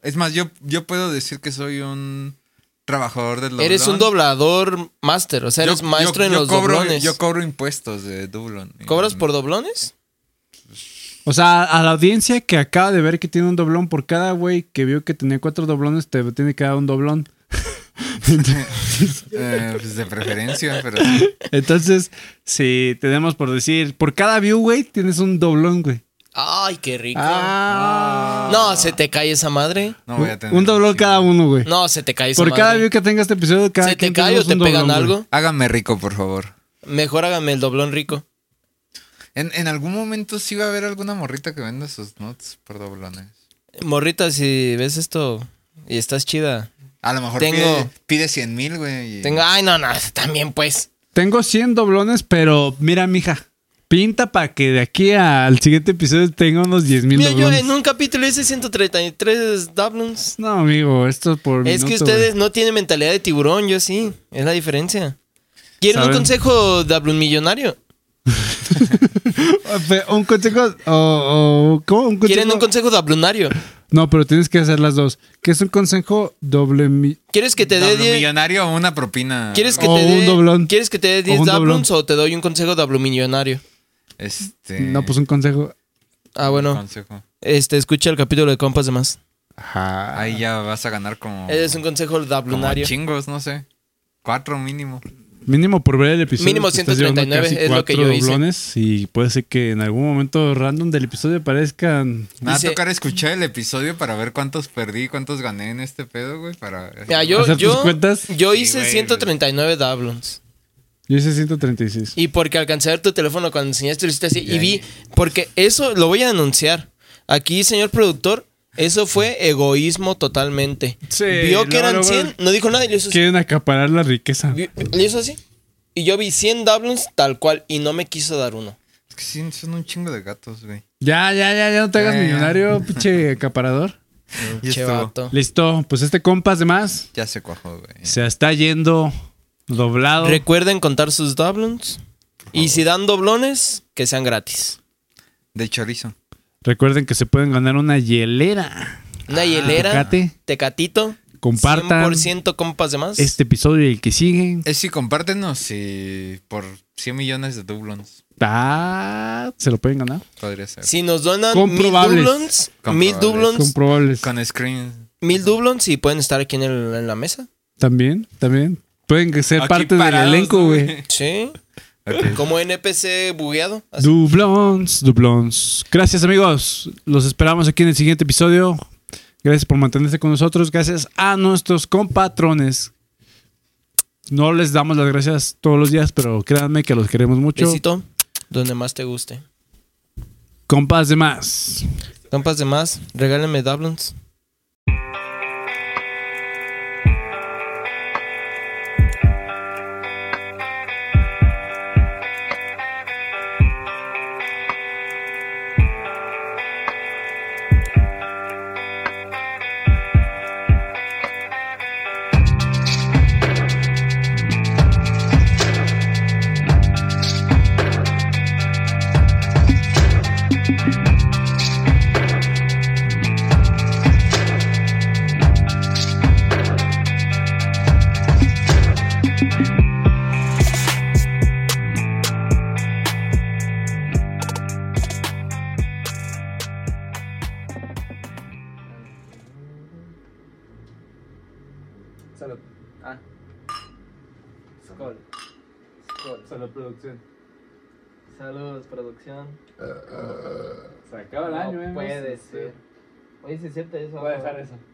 S1: Es más, yo, yo puedo decir que soy un trabajador del doblón.
S2: eres un doblador máster, o sea, eres
S1: Yo-
S2: maestro
S1: yo-
S2: en
S1: yo
S2: los
S1: cobro,
S2: doblones.
S1: Yo cobro impuestos de doblón.
S2: ¿Cobras por doblones?
S4: o sea, a la audiencia que acaba de ver que tiene un doblón por cada güey que vio que tenía cuatro doblones, te tiene que dar un doblón.
S1: Eh, pues de preferencia, pero... sí.
S4: Entonces, si tenemos por decir, por cada view, güey, tienes un doblón, güey.
S2: Ay, qué rico.
S4: Ah,
S2: No, se te cae esa madre.
S1: No voy a tener...
S4: un doblón
S1: sí.
S4: cada uno, güey.
S2: No, se te cae esa
S4: Por
S2: madre.
S4: cada view que tenga este episodio, cada
S2: ¿Se te
S4: quien
S2: cae o
S4: tenemos
S2: te
S4: un
S2: pegan
S4: doblón,
S2: algo?
S4: güey.
S1: Hágame rico, por favor.
S2: Mejor hágame el doblón rico.
S1: En, en algún momento sí va a haber alguna morrita que venda sus nuts por doblones.
S2: Morrita, si ves esto y estás chida.
S1: A lo mejor
S2: Tengo-
S1: pide, pide 100 mil, güey. y-
S2: Tengo, ay, no, no, también pues.
S4: Tengo 100 doblones, pero mira, mija, pinta para que de aquí al siguiente episodio tenga unos 10 mil
S2: Mira, yo
S4: doblones.
S2: en un capítulo hice 133 doblons.
S4: No, amigo, esto es por
S2: Es que
S4: minuto,
S2: ustedes no tienen mentalidad de tiburón, yo sí. Es la diferencia. ¿Quieren un
S4: ¿Saben?
S2: consejo doblón millonario?
S4: güey. Fe- Un consejo, o, o- ¿cómo? Un consejo.
S2: ¿Quieren un consejo dablunario?
S4: No, pero tienes que hacer las dos. Que es un consejo doble mi-
S2: ¿Quieres que te
S1: No,
S2: dé
S1: lo
S2: 10?
S1: millonario o una propina.
S2: ¿Quieres que
S4: O
S2: te
S4: un
S2: dé-
S4: doblón.
S2: ¿Quieres que te dé
S4: O
S2: 10
S4: un
S2: doblons o te doy un consejo doblumillonario?
S1: Este.
S4: No, pues un consejo.
S2: Ah, bueno.
S1: consejo.
S2: Este, escucha el capítulo de compas de más.
S4: Ajá.
S1: Ahí ya vas a ganar como.
S2: Es un consejo
S1: como
S2: dablunario.
S1: chingos, no sé. Cuatro mínimo.
S4: Mínimo por ver el episodio.
S2: Mínimo
S4: te estás llevando
S2: 139
S4: casi
S2: es lo que
S4: cuatro
S2: yo hice.
S4: doblones y puede ser que en algún momento random del episodio aparezcan.
S1: Me va a
S2: Dice-
S1: tocar escuchar el episodio para ver cuántos perdí, cuántos gané en este pedo, güey. Para.
S2: Mira, yo,
S4: ¿Hacer tus
S2: yo,
S4: cuentas?
S2: yo
S1: Sí,
S2: hice
S1: güey,
S2: 139 doblons.
S4: Yo hice 136.
S2: Y porque alcancé a ver tu teléfono cuando enseñaste, lo hiciste así.
S1: Ya,
S2: y vi,
S1: ya.
S2: porque eso lo voy a denunciar. Aquí, señor productor, eso fue egoísmo totalmente.
S4: Sí,
S2: Vio que
S4: luego,
S2: eran
S4: luego
S2: 100, no dijo nada y le hizo así.
S4: Quieren acaparar la riqueza.
S2: Vi- Le hizo así. Y yo vi 100 doblons tal cual y no me quiso dar uno.
S1: Es que sí, son un chingo de gatos, güey.
S4: Ya, ya, ya, ya no te hagas
S1: Ya, ya.
S4: millonario, pinche acaparador.
S1: Ya
S2: Che,
S1: estuvo.
S2: vato.
S4: Listo, pues este compas de más
S1: Ya se cuajó, güey.
S4: se está yendo doblado.
S2: Recuerden contar sus doblons. Y si dan doblones, que sean gratis.
S1: De chorizo.
S4: Recuerden que se pueden ganar una hielera.
S2: Una hielera,
S4: Ah, Tecate.
S2: tecatito.
S4: Compartan
S2: 100% compas de más.
S4: este episodio y el que sigue.
S1: Es si Eh, compártenos y por 100 millones de dublons.
S4: Ah, se lo pueden ganar.
S1: Podría ser.
S2: Si nos donan mil
S4: Comprobables.
S2: dublons, mil
S1: Comprobables.
S2: dublons,
S4: Comprobables.
S1: Con screen.
S2: mil dublons y pueden estar aquí en, el- en la mesa.
S4: También, también. Pueden ser
S1: Aquí
S4: parte
S1: parados,
S4: del elenco,
S1: ¿no,
S4: güey.
S2: Sí.
S1: Ok.
S2: Como NPC bugueado. así.
S4: Dublons, dublons. Gracias, amigos. Los esperamos aquí en el siguiente episodio. Gracias por mantenerse con nosotros. Gracias a nuestros compatrones. No les damos las gracias todos los días, pero créanme que los queremos mucho.
S2: Besito, donde más te guste.
S4: Compas de más.
S2: Compas de más, regálenme doblons.
S5: Salud, producción.
S2: Saludos, producción.
S5: Se acaba el año,
S2: no
S5: eh.
S2: puede
S5: Sí.
S2: ser. Oye, si es cierto eso.
S5: Voy a
S2: ¿no?
S5: dejar eso.